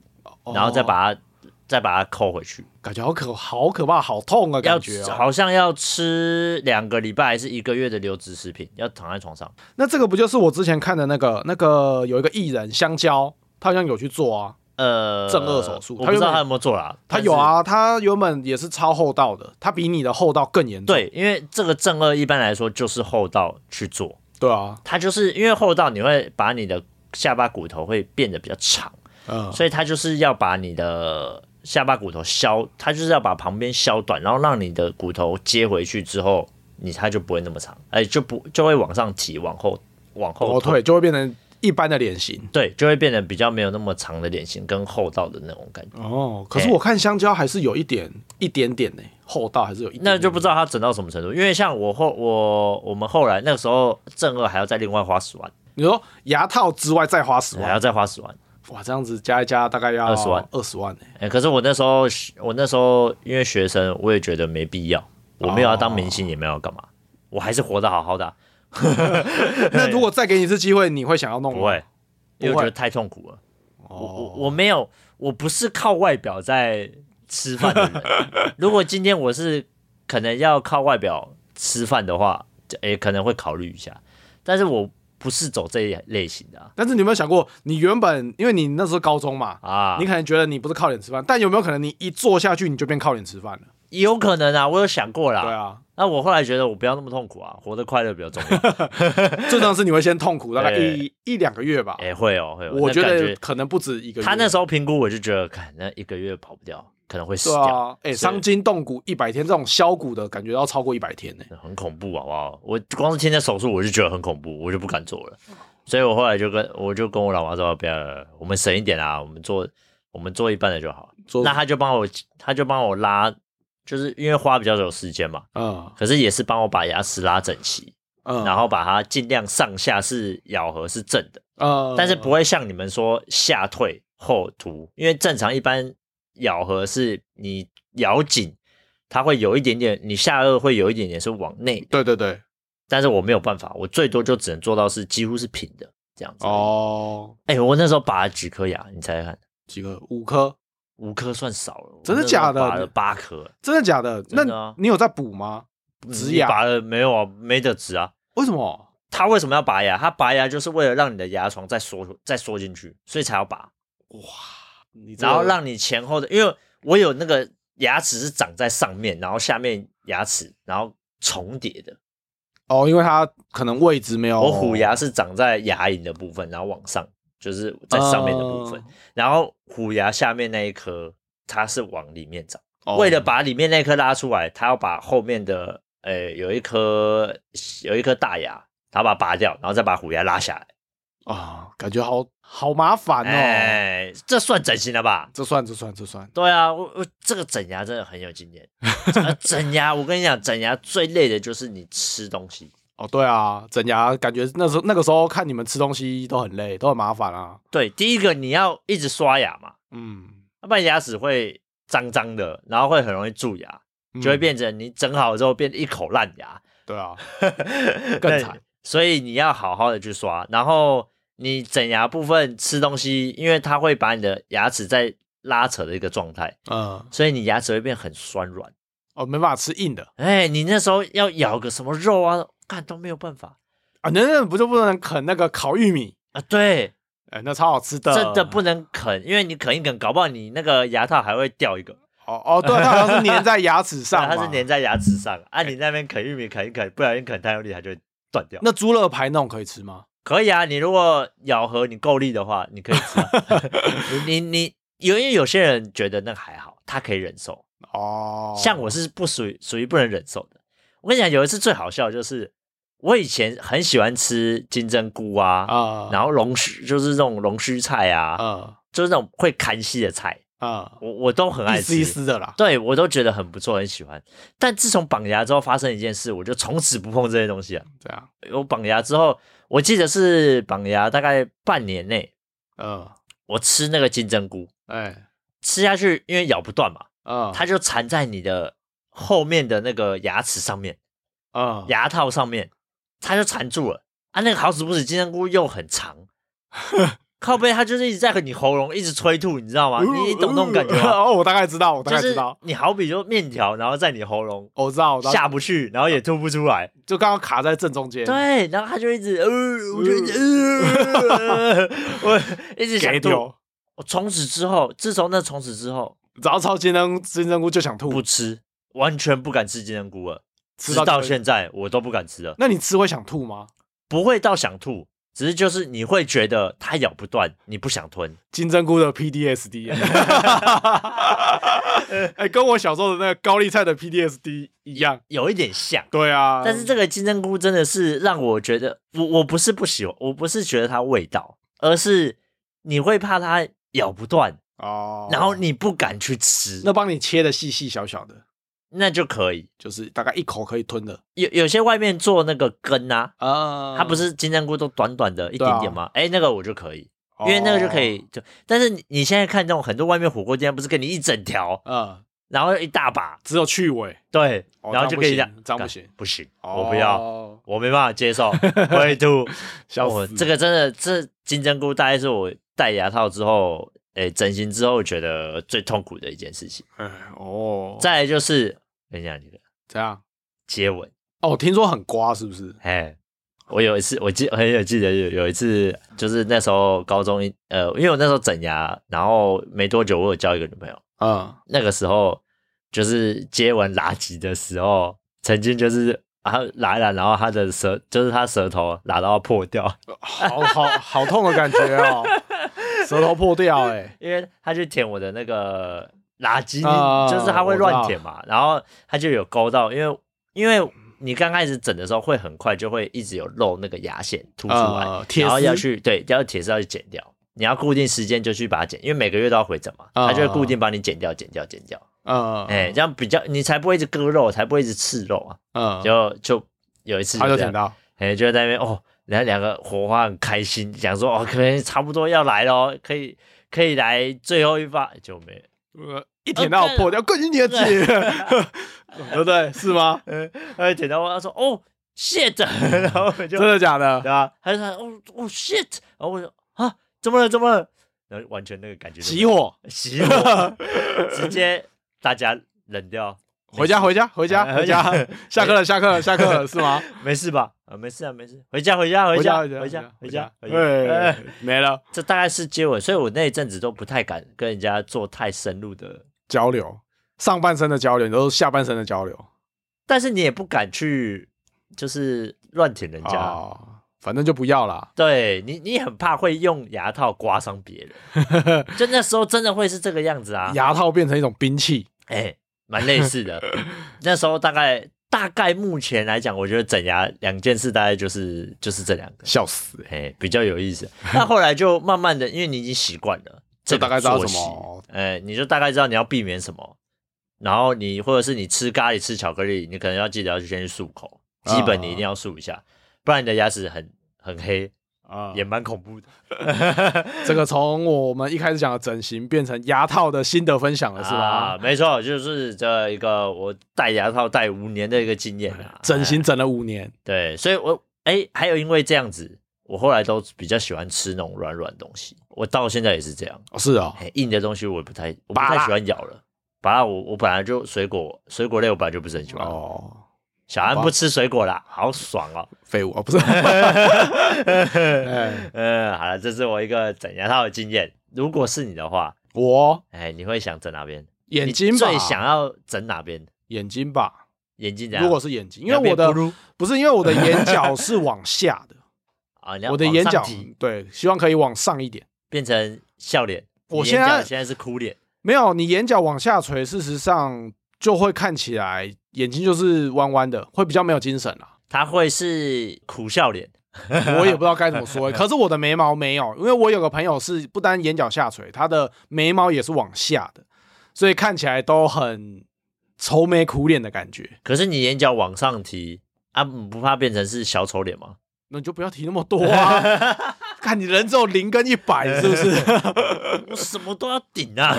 Speaker 1: 然后再
Speaker 2: 哦
Speaker 1: 把它。再把它扣回去，
Speaker 2: 感觉好可好可怕，好痛啊，
Speaker 1: 要
Speaker 2: 感觉、哦。
Speaker 1: 好像要吃两个礼拜还是一个月的流质食品，要躺在床上。
Speaker 2: 那这个不就是我之前看的那个那个有一个艺人香蕉，他好像有去做啊，
Speaker 1: 呃，
Speaker 2: 正颚手术
Speaker 1: 我
Speaker 2: 他
Speaker 1: 不
Speaker 2: 原
Speaker 1: 知道
Speaker 2: 本
Speaker 1: 他有没有做啦。
Speaker 2: 他
Speaker 1: 但
Speaker 2: 有
Speaker 1: 是
Speaker 2: 啊，他原本也是超厚道的，他比你的厚道更严重。
Speaker 1: 对，因为这个正颚一般来说就是后道去做，
Speaker 2: 对啊，
Speaker 1: 它就是因为后道你会把你的下巴骨头会变得比较长，
Speaker 2: 嗯，
Speaker 1: 所以它就是要把你的下巴骨头削，它就是要把旁边削短，然后让你的骨头接回去之后，你它就不会那么长，哎、就不就会往上提，往后往后
Speaker 2: 后退哦就会变成一般的脸型。
Speaker 1: 对，就会变得比较没有那么长的脸型跟后道的那种感觉。
Speaker 2: 哦，可是
Speaker 1: 嘿
Speaker 2: 我看香蕉还是有一点一点点呢、厚道还是有一点点
Speaker 1: 那就不知道他整到什么程度，因为像我后我我们后来那个时候正二还要再另外花十万，
Speaker 2: 你说牙套之外再花十
Speaker 1: 还
Speaker 2: 万，
Speaker 1: 要再花十万。
Speaker 2: 哇，这样子加一加大概要
Speaker 1: 20万，
Speaker 2: 二十万呢、
Speaker 1: 哎、可是我那时候我那时候因为学生，我也觉得没必要，我没有要当明星，也没有要干嘛，我还是活得好好的啊、
Speaker 2: 那如果再给你一次机会，你会想要弄吗？哦
Speaker 1: 不会，因为我觉得太痛苦了。我我我没有，我不是靠外表在吃饭的 人。如果今天我是可能要靠外表吃饭的话，诶、可能会考虑一下，但是我不是走这一类型的啊。
Speaker 2: 但是你有没有想过，你原本因为你那时候高中嘛，
Speaker 1: 啊
Speaker 2: 你可能觉得你不是靠脸吃饭，但有没有可能你一坐下去你就变靠脸吃饭了？
Speaker 1: 也有可能啊，我有想过
Speaker 2: 对
Speaker 1: 啦。
Speaker 2: 啊，
Speaker 1: 那、我后来觉得我不要那么痛苦啊，活得快乐比较重 要。
Speaker 2: 正常是你会先痛苦大概
Speaker 1: 对
Speaker 2: 一一两个月吧，
Speaker 1: 诶，会哦，会哦。
Speaker 2: 我
Speaker 1: 那
Speaker 2: 觉
Speaker 1: 感
Speaker 2: 得可能不止一个月。
Speaker 1: 他那时候评估，我就觉得，看那一个月跑不掉，可能会死
Speaker 2: 对
Speaker 1: 掉，
Speaker 2: 啊，哎、
Speaker 1: 是
Speaker 2: 伤筋动骨一百天，这种削骨的感觉要超过一百天呢、
Speaker 1: 很恐怖，好不好？我光是听见手术，我就觉得很恐怖，我就不敢做了。
Speaker 2: 嗯
Speaker 1: 所以我后来就跟我就跟我老妈说，不要，我们省一点啊，我们做我们做一半的就好。
Speaker 2: 做
Speaker 1: 那他就帮我，他就帮我拉，就是因为花比较有时间嘛，
Speaker 2: 嗯
Speaker 1: 可是也是帮我把牙齿拉整齐，
Speaker 2: 嗯，
Speaker 1: 然后把它尽量上下是咬合是正的，
Speaker 2: 呃，
Speaker 1: 但是不会像你们说下退后凸，因为正常一般咬合是你咬紧，它会有一点点，你下颚会有一点点是往内，
Speaker 2: 对对对，
Speaker 1: 但是我没有办法，我最多就只能做到是几乎是平的这样子。，
Speaker 2: 哦，
Speaker 1: 哎、我那时候拔了几颗牙，你猜猜看，
Speaker 2: 几个五颗，
Speaker 1: 五颗算少了，
Speaker 2: 真的
Speaker 1: 我那时候
Speaker 2: 假的
Speaker 1: 拔了八颗，
Speaker 2: 真的假的？
Speaker 1: 真的
Speaker 2: 那
Speaker 1: 啊
Speaker 2: 你有在补吗？植牙
Speaker 1: 你拔了没有啊？没得植啊。
Speaker 2: 为什么？
Speaker 1: 他为什么要拔牙？他拔牙就是为了让你的牙床再缩再缩进去，所以才要拔。
Speaker 2: 你这个
Speaker 1: 然后让你前后的，因为我有那个牙齿是长在上面，然后下面牙齿然后重叠的，
Speaker 2: 哦，因为它可能位置没有，
Speaker 1: 我虎牙是长在牙龈的部分，然后往上，就是在上面的部
Speaker 2: 哦
Speaker 1: 分，然后虎牙下面那一颗它是往里面长，
Speaker 2: 哦，
Speaker 1: 为了把里面那颗拉出来，它要把后面的呃有一颗有一颗大牙，它把它拔掉，然后再把虎牙拉下来，
Speaker 2: 啊，感觉好好麻烦哦。
Speaker 1: 哎、这算整形了吧？
Speaker 2: 这算这算这算，
Speaker 1: 对啊，我我这个整牙真的很有经验。 呃整牙，我跟你讲，整牙最累的就是你吃东西。
Speaker 2: 哦，对啊，整牙感觉那时候那个时候看你们吃东西都很累，都很麻烦啊。
Speaker 1: 对，第一个你要一直刷牙嘛，
Speaker 2: 嗯，
Speaker 1: 要不然牙齿会脏脏的，然后会很容易蛀牙，
Speaker 2: 嗯
Speaker 1: 就会变成你整好之后变一口烂牙，
Speaker 2: 对啊，
Speaker 1: 对
Speaker 2: 惨。
Speaker 1: 所以你要好好的去刷，然后你整牙部分吃东西，因为它会把你的牙齿在拉扯的一个状态，
Speaker 2: 嗯，
Speaker 1: 所以你牙齿会变很酸软。
Speaker 2: 哦，没办法吃硬的
Speaker 1: 哎，你那时候要咬个什么肉啊，看都没有办法
Speaker 2: 啊，那那不就不能啃那个烤玉米？
Speaker 1: 啊。对，
Speaker 2: 哎，那超好吃的，
Speaker 1: 真的不能啃，因为你啃一啃，搞不好你那个牙套还会掉一个，啊
Speaker 2: 哦哦，对，它好像是粘在牙 齿上嘛，哎
Speaker 1: 它是粘在牙齿上。啊，你那边啃玉米啃一啃，不小心啃太用力，它就会断掉。
Speaker 2: 那猪肋排那种可以吃吗？
Speaker 1: 可以啊，你如果咬合你够力的话，你可以 吃、啊你。你你有因为有些人觉得那个还好，他可以忍受，
Speaker 2: 哦，
Speaker 1: 像我是不属于属于不能忍受的。我跟你讲，有一次最好笑的就是我以前很喜欢吃金针菇啊，
Speaker 2: 啊，
Speaker 1: 然后龙须就是这种龙须菜啊，
Speaker 2: 啊
Speaker 1: 就是那种会砍戏的菜，
Speaker 2: 啊，
Speaker 1: 我我都很爱
Speaker 2: 一
Speaker 1: 吃。
Speaker 2: 丝一丝的啦。
Speaker 1: 对我都觉得很不错，很喜欢。但自从绑牙之后，发生一件事，我就从此不碰这些东西了。
Speaker 2: 这样，
Speaker 1: 我绑牙之后，我记得是绑牙大概半年内，
Speaker 2: 嗯，
Speaker 1: 我吃那个金针菇，
Speaker 2: 哎，
Speaker 1: 吃下去因为咬不断嘛，
Speaker 2: 嗯，
Speaker 1: 它就缠在你的后面的那个牙齿上面，
Speaker 2: 嗯，
Speaker 1: 牙套上面，它就缠住了。啊，那个好死不死金针菇又很长，靠背它就是一直在你喉咙一直催吐，你知道吗？啊你你懂那种感觉吗？
Speaker 2: 嗯哦，我大概知道，我大
Speaker 1: 就
Speaker 2: 概知
Speaker 1: 是
Speaker 2: 道，哦
Speaker 1: 你好比就面条，然后在你喉咙
Speaker 2: 我知道，我知道，
Speaker 1: 下不去，然后也吐不出来。
Speaker 2: 就刚刚卡在正中间。，
Speaker 1: 对，然后他就一直，呃，我就一直，呃，我一直想
Speaker 2: 给
Speaker 1: 吐。
Speaker 2: 丢，
Speaker 1: 我从此之后，自从那从此之后，
Speaker 2: 只要超金针金针菇就想
Speaker 1: 不
Speaker 2: 吐，
Speaker 1: 吃，完全不敢吃金针菇了。
Speaker 2: 吃
Speaker 1: 直
Speaker 2: 到
Speaker 1: 到
Speaker 2: 就
Speaker 1: 现在，我都不敢吃了，
Speaker 2: 那你吃会想吐吗？
Speaker 1: 不会到想吐，只是就是你会觉得它咬不断，你不想吞。
Speaker 2: 金针菇的 PDSD，哎，跟我小时候的那个高丽菜的 PDSD 一样。
Speaker 1: 有一点像。
Speaker 2: 对啊，
Speaker 1: 但是这个金针菇真的是让我觉得，我我不是不喜欢，我不是觉得它味道，而是你会怕它咬不断，
Speaker 2: 哦，
Speaker 1: 然后你不敢去吃，
Speaker 2: 那帮你切的细细小小的，
Speaker 1: 那就可以。
Speaker 2: 就是大概一口可以吞的
Speaker 1: 有有些外面做那个根啊，
Speaker 2: 啊
Speaker 1: 它不是金针菇都短短的一
Speaker 2: 对啊哦
Speaker 1: 点点吗？哎、那个我就可以，因为那个就可以就。但是你你现在看那种很多外面火锅店，不是给你一整条，
Speaker 2: 啊，
Speaker 1: 然后一大把，
Speaker 2: 只有去尾，
Speaker 1: 对，
Speaker 2: 哦
Speaker 1: 然后就跟你
Speaker 2: 这样
Speaker 1: 讲
Speaker 2: 不行，这样不
Speaker 1: 干
Speaker 2: 行
Speaker 1: 不行，我
Speaker 2: 哦
Speaker 1: 不要，我没办法接受，我会吐。
Speaker 2: 笑
Speaker 1: 我
Speaker 2: 死。
Speaker 1: 哦这个真的，这金针菇大概是我戴牙套之后，诶、整形之后觉得最痛苦的一件事情。
Speaker 2: 哎哦，
Speaker 1: 再来就是跟你讲这个
Speaker 2: 怎样？
Speaker 1: 接吻，
Speaker 2: 哦，听说很刮，是不是？
Speaker 1: 哎，我有一次，我记很有记得有有一次，就是那时候高中一，呃，因为我那时候整牙，然后没多久我有交一个女朋友，
Speaker 2: 嗯，
Speaker 1: 那个时候就是接吻拉吉的时候，曾经就是。啊，拉一拉，然后他的舌就是他舌头拉到破掉，
Speaker 2: 好好好痛的感觉 哦，舌头破掉哎、
Speaker 1: 因为他去舔我的那个垃圾，
Speaker 2: 啊
Speaker 1: 就是他会
Speaker 2: 我
Speaker 1: 乱
Speaker 2: 知道
Speaker 1: 舔嘛，然后他就有勾到，因为因为你刚开始整的时候会很快就会一直有露那个牙线凸出来，
Speaker 2: 呃，
Speaker 1: 嗯
Speaker 2: 铁
Speaker 1: 然后
Speaker 2: 丝
Speaker 1: 要去对要铁丝要去剪掉，你要固定时间就去把它剪，因为每个月都要回诊嘛，
Speaker 2: 啊
Speaker 1: 他就会固定帮你剪掉剪掉剪掉，
Speaker 2: 呃，
Speaker 1: 哎，这样比较你才不会一直割肉，才不会一直刺肉啊，
Speaker 2: 嗯，
Speaker 1: 就就有一次
Speaker 2: 他就
Speaker 1: 这
Speaker 2: 舔
Speaker 1: 样，
Speaker 2: 到，
Speaker 1: 哎，就在那边哦，然后两个火花很开心，想说哦，可能差不多要来咯，可以可以来最后一发，就没
Speaker 2: 呃，一舔到破掉，更你的姐， 对不对？是吗？
Speaker 1: 呃，他就舔到我，他说哦 shit，然 后我就
Speaker 2: 真的假的？
Speaker 1: 对啊，他就说哦哦 shit，然后我就啊怎么了怎么了，然后完全那个感觉就没
Speaker 2: 熄
Speaker 1: 有
Speaker 2: 火，
Speaker 1: 熄火， 直接大家冷掉，
Speaker 2: 回家，回家，回家，
Speaker 1: 哎
Speaker 2: 回家
Speaker 1: 回家，哎
Speaker 2: 下课了，下课了，下课 了，是吗？
Speaker 1: 没事吧？啊，没事啊，没事，回家，回家，回家，回家，回家，回家。
Speaker 2: 哎
Speaker 1: 哎，
Speaker 2: 没了，
Speaker 1: 这大概是接吻，所以我那一阵子都不太敢跟人家做太深入的，
Speaker 2: 交流，上半身的交流，都是下半身的交流
Speaker 1: 但是你也不敢去，就是乱舔人家。
Speaker 2: 啊，反正就不要啦。
Speaker 1: 对你，你很怕会用牙套刮伤别人，就那时候真的会是这个样子啊，
Speaker 2: 牙套变成一种兵器，
Speaker 1: 哎，蛮类似 的。那时候大概大概目前来讲，我觉得整牙两件事大概就是就是这两个。
Speaker 2: 笑死！哎
Speaker 1: 哎，比较有意思。那后来就慢慢的，因为你已经习惯了，这
Speaker 2: 就
Speaker 1: 个
Speaker 2: 大概知道
Speaker 1: 作
Speaker 2: 什
Speaker 1: 息
Speaker 2: 么，
Speaker 1: 哎，你就大概知道你要避免什么，然后你或者是你吃咖喱、吃巧克力，你可能要记得要去先去漱口，基本你一定要漱一下，不然你的牙齿很很黑，
Speaker 2: 啊
Speaker 1: 也蛮恐怖的。
Speaker 2: 这个从我们一开始讲的整形变成牙套的心得分享哦了，是
Speaker 1: 啊
Speaker 2: 吧？
Speaker 1: 没错，就是这一个我戴牙套戴五年的一个经验 啊，
Speaker 2: 整
Speaker 1: 哎
Speaker 2: 形整了五年，
Speaker 1: 对，所以我哎，还有因为这样子，我后来都比较喜欢吃那种软软的东西，我到现在也是这样。
Speaker 2: 哦，是哦，
Speaker 1: 哎硬的东西我也不太，我不
Speaker 2: 芭
Speaker 1: 太
Speaker 2: 乐
Speaker 1: 喜欢咬了。芭拉我我本来就水果水果类我本来就不是很喜欢，
Speaker 2: 哦，
Speaker 1: 小安不吃水果啦，好爽 哦。
Speaker 2: 废物 哦，不是，哎
Speaker 1: 嗯，好了，这是我一个整牙套的经验。如果是你的话，
Speaker 2: 我
Speaker 1: 哎，你会想整哪边？
Speaker 2: 眼睛
Speaker 1: 你
Speaker 2: 吧，
Speaker 1: 最想要整哪边？
Speaker 2: 眼睛吧，
Speaker 1: 眼睛怎样？
Speaker 2: 如果是眼睛，因
Speaker 1: 两
Speaker 2: 为
Speaker 1: 边
Speaker 2: 我的
Speaker 1: 咕噜
Speaker 2: 不是因为我的眼角是往下 的，
Speaker 1: 啊，你要
Speaker 2: 我的
Speaker 1: 往
Speaker 2: 眼
Speaker 1: 上
Speaker 2: 角
Speaker 1: 提
Speaker 2: 对，希望可以往上一点。
Speaker 1: 变成笑脸，
Speaker 2: 我
Speaker 1: 你
Speaker 2: 现
Speaker 1: 眼角
Speaker 2: 在
Speaker 1: 现在是哭脸，
Speaker 2: 没有，你眼角往下垂，事实上就会看起来眼睛就是弯弯的，会比较没有精神啦。
Speaker 1: 他会是苦笑脸。
Speaker 2: 我也不知道该怎么说欸、可是我的眉毛没有，因为我有个朋友是不单眼角下垂，他的眉毛也是往下的，所以看起来都很愁眉苦脸的感觉。
Speaker 1: 可是你眼角往上提啊，你不怕变成是小丑脸吗？
Speaker 2: 那你就不要提那么多啊！看你人只有零跟一百，是不是？
Speaker 1: 我什么都要顶 啊！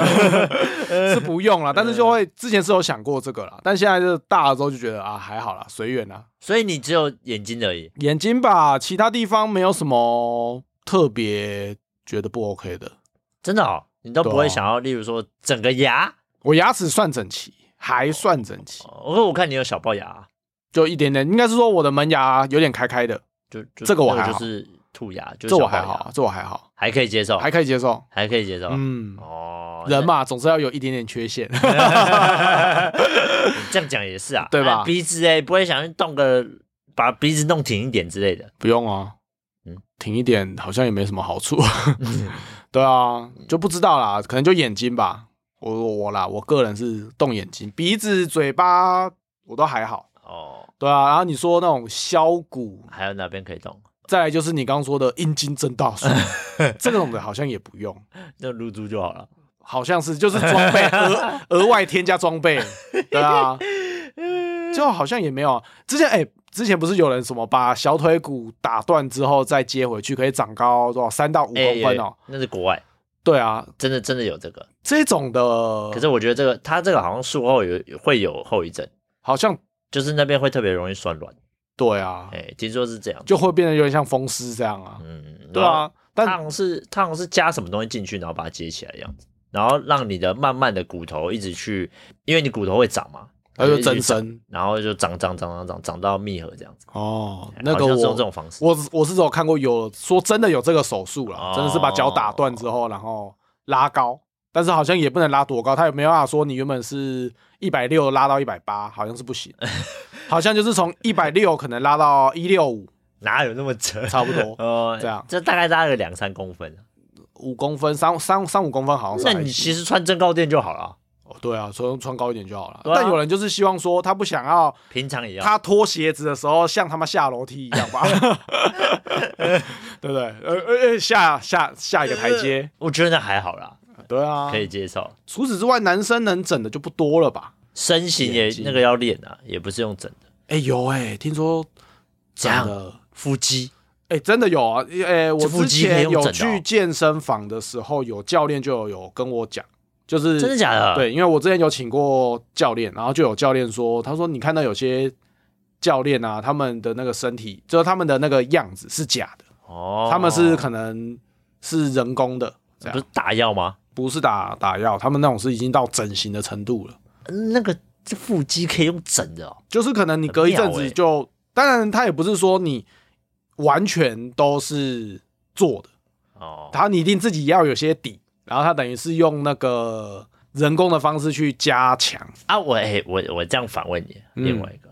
Speaker 2: 是不用啦，但是就会之前是有想过这个啦，但现在就是大了之后就觉得啊，还好啦，随缘啦。
Speaker 1: 所以你只有眼睛而已。
Speaker 2: 眼睛吧，其他地方没有什么特别觉得不 OK 的。
Speaker 1: 真的哦，你都不会
Speaker 2: 对啊
Speaker 1: 想要，例如说整个牙，
Speaker 2: 我牙齿算整齐，还算整齐。
Speaker 1: 哦我我看你有小龅牙啊，
Speaker 2: 就一点点，应该是说我的门牙有点开开的，
Speaker 1: 就就
Speaker 2: 这个我
Speaker 1: 那
Speaker 2: 还好
Speaker 1: 就是兔牙，就是
Speaker 2: 这我
Speaker 1: 小龅
Speaker 2: 还
Speaker 1: 牙
Speaker 2: 好啊，，这我还好，
Speaker 1: 还可以接受，
Speaker 2: 还
Speaker 1: 还
Speaker 2: 可以接受。
Speaker 1: 还可以接受。
Speaker 2: 嗯，
Speaker 1: 哦，
Speaker 2: 人嘛，总是要有一点点缺陷。
Speaker 1: 那， 你这样讲也是啊，
Speaker 2: 对吧
Speaker 1: 啊鼻子哎，不会想去动个把鼻子弄挺一点之类的。
Speaker 2: 不用啊，
Speaker 1: 嗯
Speaker 2: 挺一点好像也没什 么好处。对啊，
Speaker 1: 嗯
Speaker 2: 就不知道啦，可能就眼睛吧。我我我啦，我个人是动眼睛，鼻子、嘴巴我都还好。
Speaker 1: 哦，
Speaker 2: 对啊，然后你说那种削骨，
Speaker 1: 还有哪边可以动？
Speaker 2: 再来就是你刚刚说的阴茎增大术， 这种的好像也不用。
Speaker 1: 那露珠就好了。
Speaker 2: 好像是就是装备额额外添加 装备，对啊，就好像也没有之前哎、之前不是有人什么把小腿骨打断之后再接回去可以长高多少三到五
Speaker 1: 哎
Speaker 2: 公分哦、
Speaker 1: 那是国外，
Speaker 2: 对啊，
Speaker 1: 真的真的有这个。
Speaker 2: 这种的，
Speaker 1: 可是我觉得这个它这个好像术后有会有后遗症，
Speaker 2: 好像
Speaker 1: 就是那边会特别容易酸软，
Speaker 2: 对啊，
Speaker 1: 哎、听说是这样。
Speaker 2: 就会变得有点像风湿这样啊。
Speaker 1: 嗯，
Speaker 2: 对
Speaker 1: 然后
Speaker 2: 啊，
Speaker 1: 它
Speaker 2: 但
Speaker 1: 好像是它好像是加什么东西进去，然后把它接起来的样子，然后让你的慢慢的骨头一直去，因为你骨头会长嘛，
Speaker 2: 它就增
Speaker 1: 一直长，
Speaker 2: 生
Speaker 1: 然后就长长长长长长到密合这样子。
Speaker 2: 哦
Speaker 1: 哎，
Speaker 2: 那个
Speaker 1: 好像是用这
Speaker 2: 我
Speaker 1: 种方式，
Speaker 2: 我只我是只有看过有说真的有这个手术啦，
Speaker 1: 哦
Speaker 2: 真的是把脚打断之后，然后拉高，但是好像也不能拉多高，他也没办法说你原本是一百六拉到一百八，好像是 不行，好像就是从一百六可能拉到一六五，
Speaker 1: 哪有那么扯？
Speaker 2: 差不 多
Speaker 1: 哦，
Speaker 2: 这样
Speaker 1: 这大概拉了两三公分。五
Speaker 2: 五公分三三三五公分好像是
Speaker 1: 那
Speaker 2: 还
Speaker 1: 你
Speaker 2: 行
Speaker 1: 其实穿增高垫就好了，
Speaker 2: 哦对啊，穿穿高一点就好了。
Speaker 1: 对啊
Speaker 2: 但有人就是希望说他不想要
Speaker 1: 平常也要。
Speaker 2: 他脱鞋子的时候像他妈下楼梯一 样吧， 对不对？呃呃呃，下下下一个台 阶，
Speaker 1: 我觉得那还好啦，
Speaker 2: 对啊
Speaker 1: 可。以接受。
Speaker 2: 除此之外，男生能整的就不多了吧？
Speaker 1: 身形也
Speaker 2: 眼睛
Speaker 1: 那个要练啊，也不是用整的。
Speaker 2: 哎、有哎、听说
Speaker 1: 这
Speaker 2: 整
Speaker 1: 样
Speaker 2: 的，
Speaker 1: 腹肌
Speaker 2: 哎、真的有啊。哎、我
Speaker 1: 这腹
Speaker 2: 之
Speaker 1: 肌可以
Speaker 2: 前
Speaker 1: 用整的
Speaker 2: 有
Speaker 1: 哦
Speaker 2: 去健身房的时候，有教练就有有跟我讲，就是
Speaker 1: 真的假的？，
Speaker 2: 对，因为我之前有请过教练，然后就有教练说，他说你看到有些教练啊，他们的那个身体，就是他们的那个样子是假的，
Speaker 1: 哦，
Speaker 2: 他们是可能是人工的，这
Speaker 1: 不
Speaker 2: 样
Speaker 1: 是打药吗？
Speaker 2: 不是打打药，他们那种是已经到整形的程度了，
Speaker 1: 那个这腹肌可以用整的哦。
Speaker 2: 就是可能你隔一阵
Speaker 1: 很妙
Speaker 2: 子
Speaker 1: 欸
Speaker 2: 就，当然他也不是说你完全都是做的，
Speaker 1: 哦，
Speaker 2: 然后你一定自己要有些底，然后他等于是用那个人工的方式去加强，
Speaker 1: 啊，我哎、我我这样反问你，
Speaker 2: 嗯
Speaker 1: 另外一个，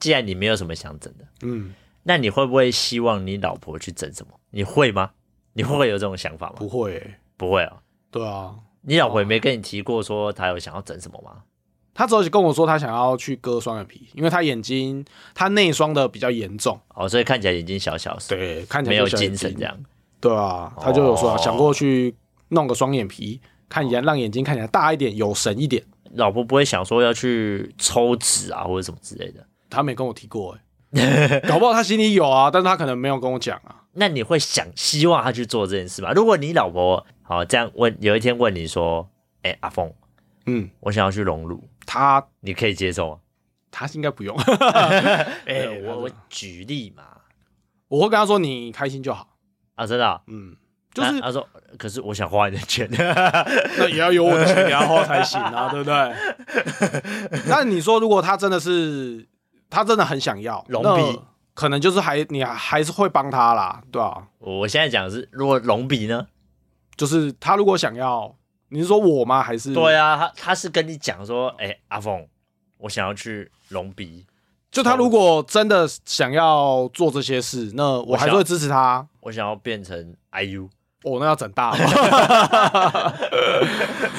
Speaker 1: 既然你没有什么想整的，
Speaker 2: 嗯，
Speaker 1: 那你会不会希望你老婆去整什么？你会吗？你会不会有这种想法吗？
Speaker 2: 不会欸、
Speaker 1: 不会哦。
Speaker 2: 对啊。
Speaker 1: 你老婆也没跟你提过说她有想要整什么吗？
Speaker 2: 他只有跟我说他想要去割双眼皮，因为他眼睛他内双的比较严重，
Speaker 1: 哦，所以看起来眼睛小小，，
Speaker 2: 对，看起来
Speaker 1: 没有
Speaker 2: 就小眼
Speaker 1: 精神
Speaker 2: 睛
Speaker 1: 这，样。
Speaker 2: 对啊，他就有说
Speaker 1: 哦
Speaker 2: 想过去弄个双眼皮，看起来让眼睛看起来大一点，有神一点。
Speaker 1: 老婆不会想说要去抽脂啊或者什么之类的。
Speaker 2: 他没跟我提过、欸，搞不好他心里有啊，但是他可能没有跟我讲啊。
Speaker 1: 那你会想希望她去做这件事吗？如果你老婆好这样问，有一天问你说：“哎、阿峰，
Speaker 2: 嗯，
Speaker 1: 我想要去隆乳，
Speaker 2: 他
Speaker 1: 你可以接受吗
Speaker 2: 他应该不用，？”
Speaker 1: 哎、
Speaker 2: 对
Speaker 1: 我我
Speaker 2: 她
Speaker 1: 举例嘛，
Speaker 2: 我会跟他说你开心就好，
Speaker 1: 啊，真的啊、
Speaker 2: 嗯， 就是
Speaker 1: 他说，可是我想花你的钱，
Speaker 2: 那也要有我的钱给他花才行啊， 对不对？那你说，如果他真的是，他真的很想要，
Speaker 1: 龙
Speaker 2: 那
Speaker 1: 比
Speaker 2: 可能就是还你还是会帮他啦，对啊，
Speaker 1: 我现在讲的是，如果隆鼻呢？
Speaker 2: 就是他如果想要，你是说我吗？还是
Speaker 1: 对
Speaker 2: 啊？
Speaker 1: 啊，他他是跟你讲说，哎、阿峰，我想要去隆鼻，
Speaker 2: 就他如果真的想要做这些事，那我还是会支持他。
Speaker 1: 我想要变成 IU，
Speaker 2: 哦，那要整大了，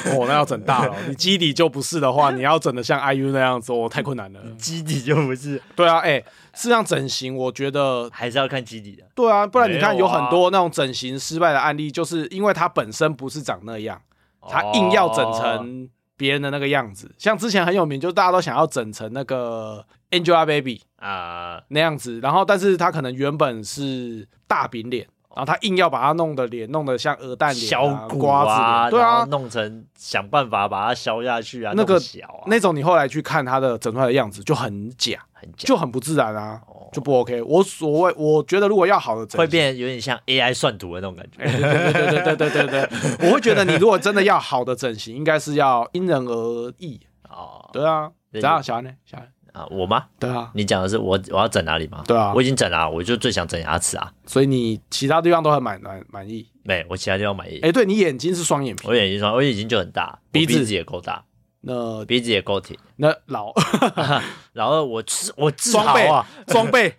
Speaker 2: 哦，那要整大了。你基底就不是的话，你要整的像 IU 那样子，哦，太困难了。
Speaker 1: 基底就不是，
Speaker 2: 对啊，哎、事实上整形，我觉得
Speaker 1: 还是要看基底的。
Speaker 2: 对啊，不然你看
Speaker 1: 没有
Speaker 2: 有
Speaker 1: 啊
Speaker 2: 很多那种整形失败的案例，就是因为他本身不是长那样，他
Speaker 1: 哦
Speaker 2: 硬要整成别人的那个样子。像之前很有名，就大家都想要整成那个 Angelababy
Speaker 1: 啊、
Speaker 2: 那样子，然后但是他可能原本是大饼脸，然后他硬要把它弄的脸弄得像鹅蛋脸、
Speaker 1: 削
Speaker 2: 啊、
Speaker 1: 骨
Speaker 2: 瓜子
Speaker 1: 啊，
Speaker 2: 脸，对
Speaker 1: 然后
Speaker 2: 啊，
Speaker 1: 弄成想办法把它削下去啊，
Speaker 2: 那个
Speaker 1: 弄小啊，
Speaker 2: 那种你后来去看他的整出来的样子就很假，
Speaker 1: 很假，
Speaker 2: 就很不自然啊
Speaker 1: 哦，
Speaker 2: 就不 OK。我所谓我觉得如果要好的整形
Speaker 1: 会 变有点像 AI 算图的那种感觉。
Speaker 2: 哎对对对对对对， 对，我会觉得你如果真的要好的整形，应该是要因人而异。
Speaker 1: 哦，
Speaker 2: 对啊，
Speaker 1: 对
Speaker 2: 怎样？小安呢？小安？
Speaker 1: 啊，我吗？
Speaker 2: 对啊，
Speaker 1: 你讲的是我我要整哪里吗？
Speaker 2: 对啊
Speaker 1: 我已经整了啊，我就最想整牙齿啊。
Speaker 2: 所以你其他地方都很满满满意。
Speaker 1: 没，我其他地方满意。
Speaker 2: 哎，对你眼睛是双眼皮，
Speaker 1: 我眼睛双，我眼睛就很大，我
Speaker 2: 鼻子
Speaker 1: 鼻子也够大，
Speaker 2: 那
Speaker 1: 鼻子也够挺。
Speaker 2: 那老
Speaker 1: 然后我自我自豪
Speaker 2: 装备
Speaker 1: 啊，
Speaker 2: 装备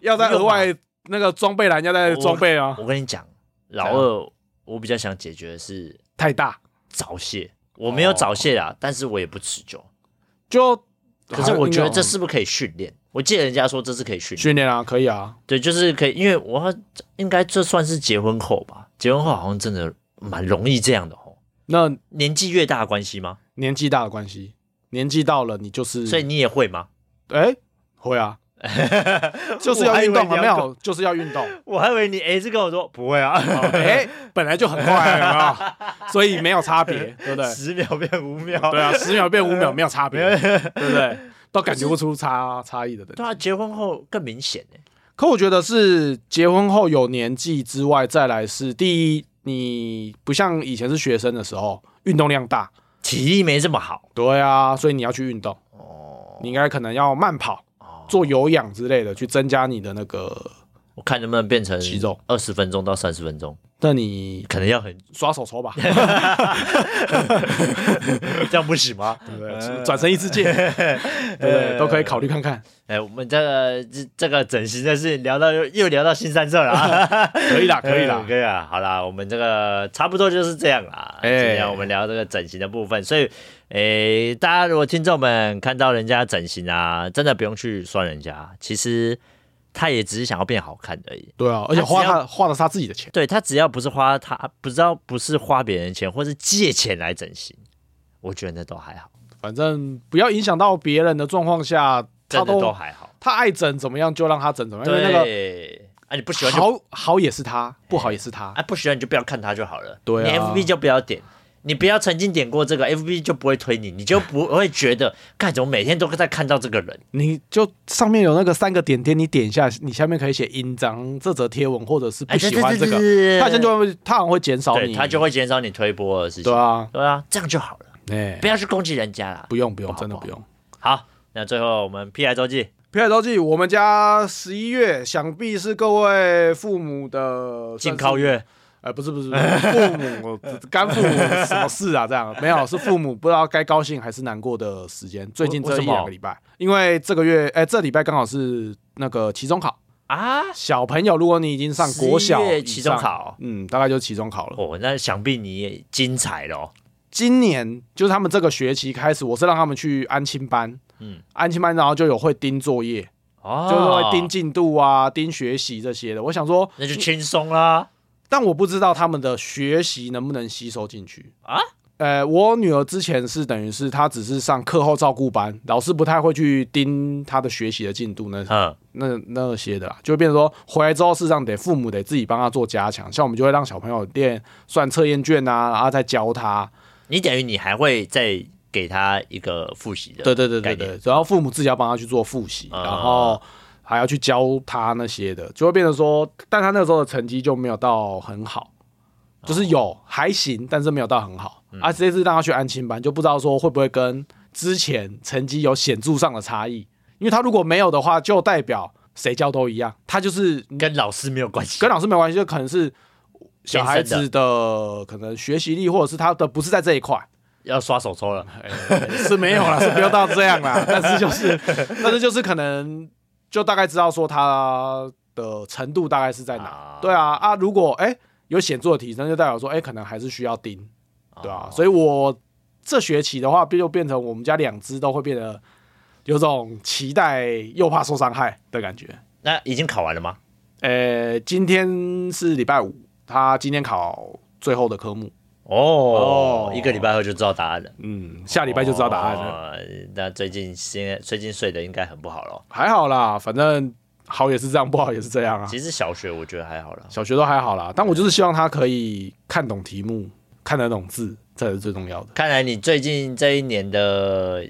Speaker 2: 要在额外那个装备栏要在装备啊，
Speaker 1: 我跟你讲，
Speaker 2: 样
Speaker 1: 老二我比较想解决的是
Speaker 2: 太大
Speaker 1: 早泄，我没有早泄啊，但是我也不持久。
Speaker 2: 就。
Speaker 1: 可是我觉得这
Speaker 2: 啊
Speaker 1: 是不是可以训练？我记得人家说这是可以训练，
Speaker 2: 训练啊，可以啊。
Speaker 1: 对，就是可以，因为我应该这算是结婚后吧，结婚后好像真的蛮容易这样的哦。
Speaker 2: 那
Speaker 1: 年纪越大的关系吗？嗯
Speaker 2: 年纪大的关系，年纪到了你就是
Speaker 1: 所以你也会吗？
Speaker 2: 哎会啊，就是要运动，啊有没
Speaker 1: 我还以为你要
Speaker 2: 有？就是 要运动。
Speaker 1: 我还以为你哎，是跟我说不会啊，
Speaker 2: 哎，本来就很快啊，有 没有？所以没有差别，对不对？
Speaker 1: 十秒变五秒，
Speaker 2: 对啊，十秒变五秒没有差别， 对不对？都感觉不出差差异的等级
Speaker 1: 对啊，结婚后更明显哎，
Speaker 2: 可我觉得是结婚后有年纪之外，再来是第一，你不像以前是学生的时候运动量大，
Speaker 1: 体力没这么好
Speaker 2: 对啊，所以你要去运动，
Speaker 1: 哦。
Speaker 2: 你应该可能要慢跑、做有氧之类的，去增加你的那个。
Speaker 1: 我看能不能变成
Speaker 2: 肌肉
Speaker 1: 二十分钟到三十分钟，
Speaker 2: 那你
Speaker 1: 可能要 很
Speaker 2: 刷手抽吧，
Speaker 1: 这样不行吗？
Speaker 2: 对 不对？转身异世界，对不对？都可以考虑看看，
Speaker 1: 哎，我们这个这这个整形的事情聊到又又聊到新三色了啊，
Speaker 2: 可以啦， 可以啦
Speaker 1: 嗯。可以啦，好啦，我们这个差不多就是这样啦。
Speaker 2: 哎
Speaker 1: 今天我们聊这个整形的部分，所以，诶、大家如果听众们看到人家整形啊，真的不用去酸人家，其实他也只是想要变好看而已。
Speaker 2: 对啊，而且花
Speaker 1: 他只
Speaker 2: 他花的是他自己的钱，
Speaker 1: 对他只要不是花他不知道不是花别人的钱，或是借钱来整形，我觉得那都还好，
Speaker 2: 反正不要影响到别人的状况下，他
Speaker 1: 真的都
Speaker 2: 都
Speaker 1: 还好。
Speaker 2: 他爱整怎么样就让他整怎么样，因为那个
Speaker 1: 对，啊，你不喜欢就
Speaker 2: 好好也是他，不好也是他。
Speaker 1: 啊，不喜欢你就不要看他就好了。
Speaker 2: 对啊
Speaker 1: 你 FB 就不要点，你不要曾经点过这个 FB 就不会推你，你就不会觉得，看怎么每天都在看到这个人。
Speaker 2: 你就上面有那个三个点点，你点一下，你下面可以写印章这则贴文，或者是不
Speaker 1: 哎，对
Speaker 2: 喜欢这
Speaker 1: 对对
Speaker 2: 个，
Speaker 1: 对对
Speaker 2: 他好像就会他好像会减少
Speaker 1: 对
Speaker 2: 你，
Speaker 1: 他就会减少你推播的事情。
Speaker 2: 对，啊，
Speaker 1: 对啊，这样就好了，
Speaker 2: 哎
Speaker 1: 不，要去攻击人家啦。
Speaker 2: 不用不用，
Speaker 1: 好
Speaker 2: 真的
Speaker 1: 不好
Speaker 2: 不用。
Speaker 1: 好，那最后我们 P I 周记，
Speaker 2: 不要着急，我们家十一月想必是各位父母的
Speaker 1: 进靠，月，
Speaker 2: 哎，不是不是，不 是父母干父母什么事啊？这样没有，是父母不知道该高兴还是难过的时间。最近
Speaker 1: 为
Speaker 2: 这
Speaker 1: 为
Speaker 2: 一
Speaker 1: 什么
Speaker 2: 两个礼拜，因为这个月哎，这礼拜刚好是那个期中考。
Speaker 1: 啊，
Speaker 2: 小朋友，如果你已经上国小
Speaker 1: 11月
Speaker 2: 以上
Speaker 1: 期中考
Speaker 2: 嗯，大概就是期中考了。
Speaker 1: 哦，那想必你也精彩哦咯。
Speaker 2: 今年就是他们这个学期开始，我是让他们去安亲班，
Speaker 1: 嗯，
Speaker 2: 安亲班然后就有会盯作业，
Speaker 1: 哦，
Speaker 2: 就是会盯，进度啊、盯学习这些的。我想说，
Speaker 1: 那就轻松啦。
Speaker 2: 但我不知道他们的学习能不能吸收进去
Speaker 1: 啊。
Speaker 2: 呃，我女儿之前是等于是她只是上课后照顾班，老师不太会去盯她的学习的进度那
Speaker 1: 嗯，
Speaker 2: 那那些的啦，就会变成说回来之后，事实上得父母得自己帮他做加强。像我们就会让小朋友练算测验卷啊，然后再教他。
Speaker 1: 你等于你还会再给他一个复习的，
Speaker 2: 对对对
Speaker 1: 概
Speaker 2: 对
Speaker 1: 念
Speaker 2: 对，然后父母自己要帮他去做复习，
Speaker 1: 啊
Speaker 2: 然后还要去教他那些的，就会变成说，但他那时候的成绩就没有到很好，就是
Speaker 1: 哦
Speaker 2: 有还行，但是没有到很好。
Speaker 1: 嗯
Speaker 2: 啊，这次让他去安亲班，就不知道说会不会跟之前成绩有显著上的差异，因为他如果没有的话，就代表谁教都一样，他就是
Speaker 1: 跟老师没有关系，
Speaker 2: 跟老师没关系，就可能是小孩
Speaker 1: 天
Speaker 2: 子的可能学习力，或者是他的不是在这一块，
Speaker 1: 要刷手抽了。
Speaker 2: 是没有啦，是不要到这样啦。但是就是，但是就是可能就大概知道说他的程度大概是在哪。
Speaker 1: 啊
Speaker 2: 对啊啊，如果哎、有显著的提升，就代表说哎、可能还是需要盯，对啊。所以我这学期的话，就变成我们家两只都会变得有种期待又怕受伤害的感觉。
Speaker 1: 那已经考完了吗？
Speaker 2: 呃，今天是礼拜五，他今天考最后的科目，
Speaker 1: 哦，
Speaker 2: 哦
Speaker 1: 一个礼拜后就知道答案了，
Speaker 2: 嗯，下礼拜就知道答案了。
Speaker 1: 哦那最近现最近睡的应该很不好了。
Speaker 2: 还好啦，反正好也是这样，不好也是这样啊。
Speaker 1: 其实小学我觉得还好了，
Speaker 2: 小学都还好啦，但我就是希望他可以看懂题目，看得懂字，这才是最重要的。
Speaker 1: 看来你最近这一年的，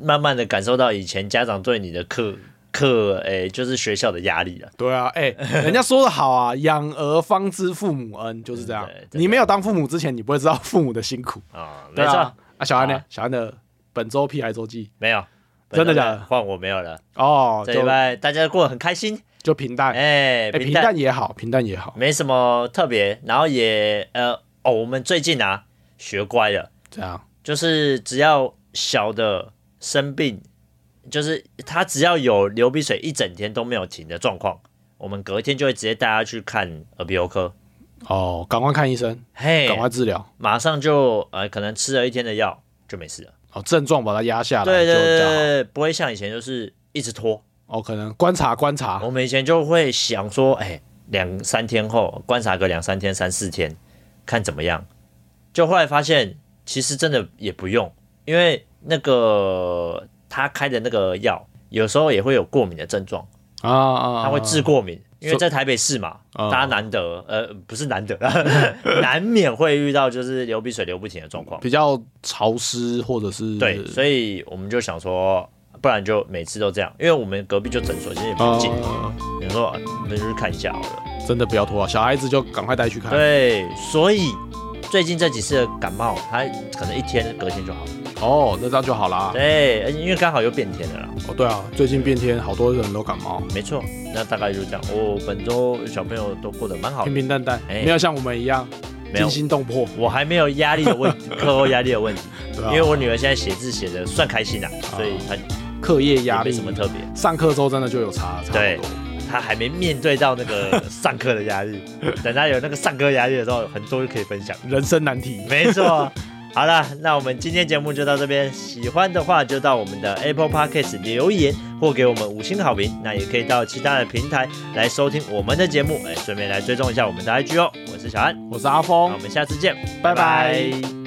Speaker 1: 慢慢的感受到以前家长对你的课课，哎、就是学校的压力了。
Speaker 2: 对啊， 哎、人家说的好啊， 养儿方知父母恩，就是这样
Speaker 1: 真的真。的
Speaker 2: 你没有当父母之前，你不会知道父母的辛苦。
Speaker 1: 啊、
Speaker 2: 对
Speaker 1: 没错
Speaker 2: 啊，，啊，小安
Speaker 1: 好
Speaker 2: 呢
Speaker 1: 啊？
Speaker 2: 小安的本周屁孩周记
Speaker 1: 没有，
Speaker 2: 真的假的
Speaker 1: 换我没有了。
Speaker 2: 哦，
Speaker 1: 这
Speaker 2: 就
Speaker 1: 礼拜大家过得很开心，
Speaker 2: 就平淡，哎、
Speaker 1: 哎、
Speaker 2: 平
Speaker 1: 平淡，
Speaker 2: 淡也好，平淡也好，
Speaker 1: 没什么特别。然后也呃，哦，我们最近啊学乖了。
Speaker 2: 这样。
Speaker 1: 就是只要小的生病，就是他只要有流鼻水一整天都没有停的状况，我们隔天就会直接带他去看耳鼻喉科。
Speaker 2: 哦，赶快看医生，
Speaker 1: 嘿
Speaker 2: 赶，快治疗。
Speaker 1: 马上就呃，可能吃了一天的药就没事了。
Speaker 2: 哦，症状把它压下来，
Speaker 1: 对对
Speaker 2: 就比
Speaker 1: 对
Speaker 2: 较好。
Speaker 1: 对，不会像以前就是一直拖。
Speaker 2: 哦，可能观察观察，
Speaker 1: 我们以前就会想说，哎，两三天后观察个两三天、三四天，看怎么样。就后来发现，其实真的也不用，因为那个他开的那个药，有时候也会有过敏的症状，
Speaker 2: 啊啊，啊
Speaker 1: 他会治过敏，因为在台北市嘛，
Speaker 2: 哦
Speaker 1: 大家难得呃不是难得，难免会遇到就是流鼻水流不停的状 况。
Speaker 2: 比较潮湿或者是
Speaker 1: 对，所以我们就想说，不然就每次都这样，因为我们隔壁就诊所，其实也不
Speaker 2: 啊
Speaker 1: 近。你说啊那就去看一下好了。
Speaker 2: 真的不要拖啊，小孩子就赶快带去看。
Speaker 1: 对，所以最近这几次的感冒，它可能一天隔天就好了。
Speaker 2: 哦，那这样就好啦。
Speaker 1: 对，而且因为刚好又变天了啦。
Speaker 2: 哦，对啊，最近变天，好多人都感冒，
Speaker 1: 没错，那大概就这样。我、本周小朋友都过得蛮好的
Speaker 2: 平，平淡淡，
Speaker 1: 哎
Speaker 2: 没有像我们一样
Speaker 1: 没有
Speaker 2: 惊，心动魄。
Speaker 1: 我还没有压力的问题，课后压力的问题，
Speaker 2: 对啊
Speaker 1: 因为我女儿现在写字写的算开心啦、啊所以她
Speaker 2: 课业压
Speaker 1: 也
Speaker 2: 力
Speaker 1: 没什么特别，
Speaker 2: 上课之后真的就有差，差
Speaker 1: 对
Speaker 2: 不多。
Speaker 1: 她还没面对到那个上课的压 力。等她有那个上课压力的时候，很多就可以分享。
Speaker 2: 人生难题。
Speaker 1: 没错。好了，那我们今天节目就到这边。喜欢的话就到我们的 Apple Podcast 留言或给我们五星好评。那也可以到其他的平台来收听我们的节目，哎，顺便来追踪一下我们的 IG 哦。我是小安，
Speaker 2: 我是阿
Speaker 1: 那
Speaker 2: 峰
Speaker 1: 我，们下次见，
Speaker 2: 拜拜
Speaker 1: 拜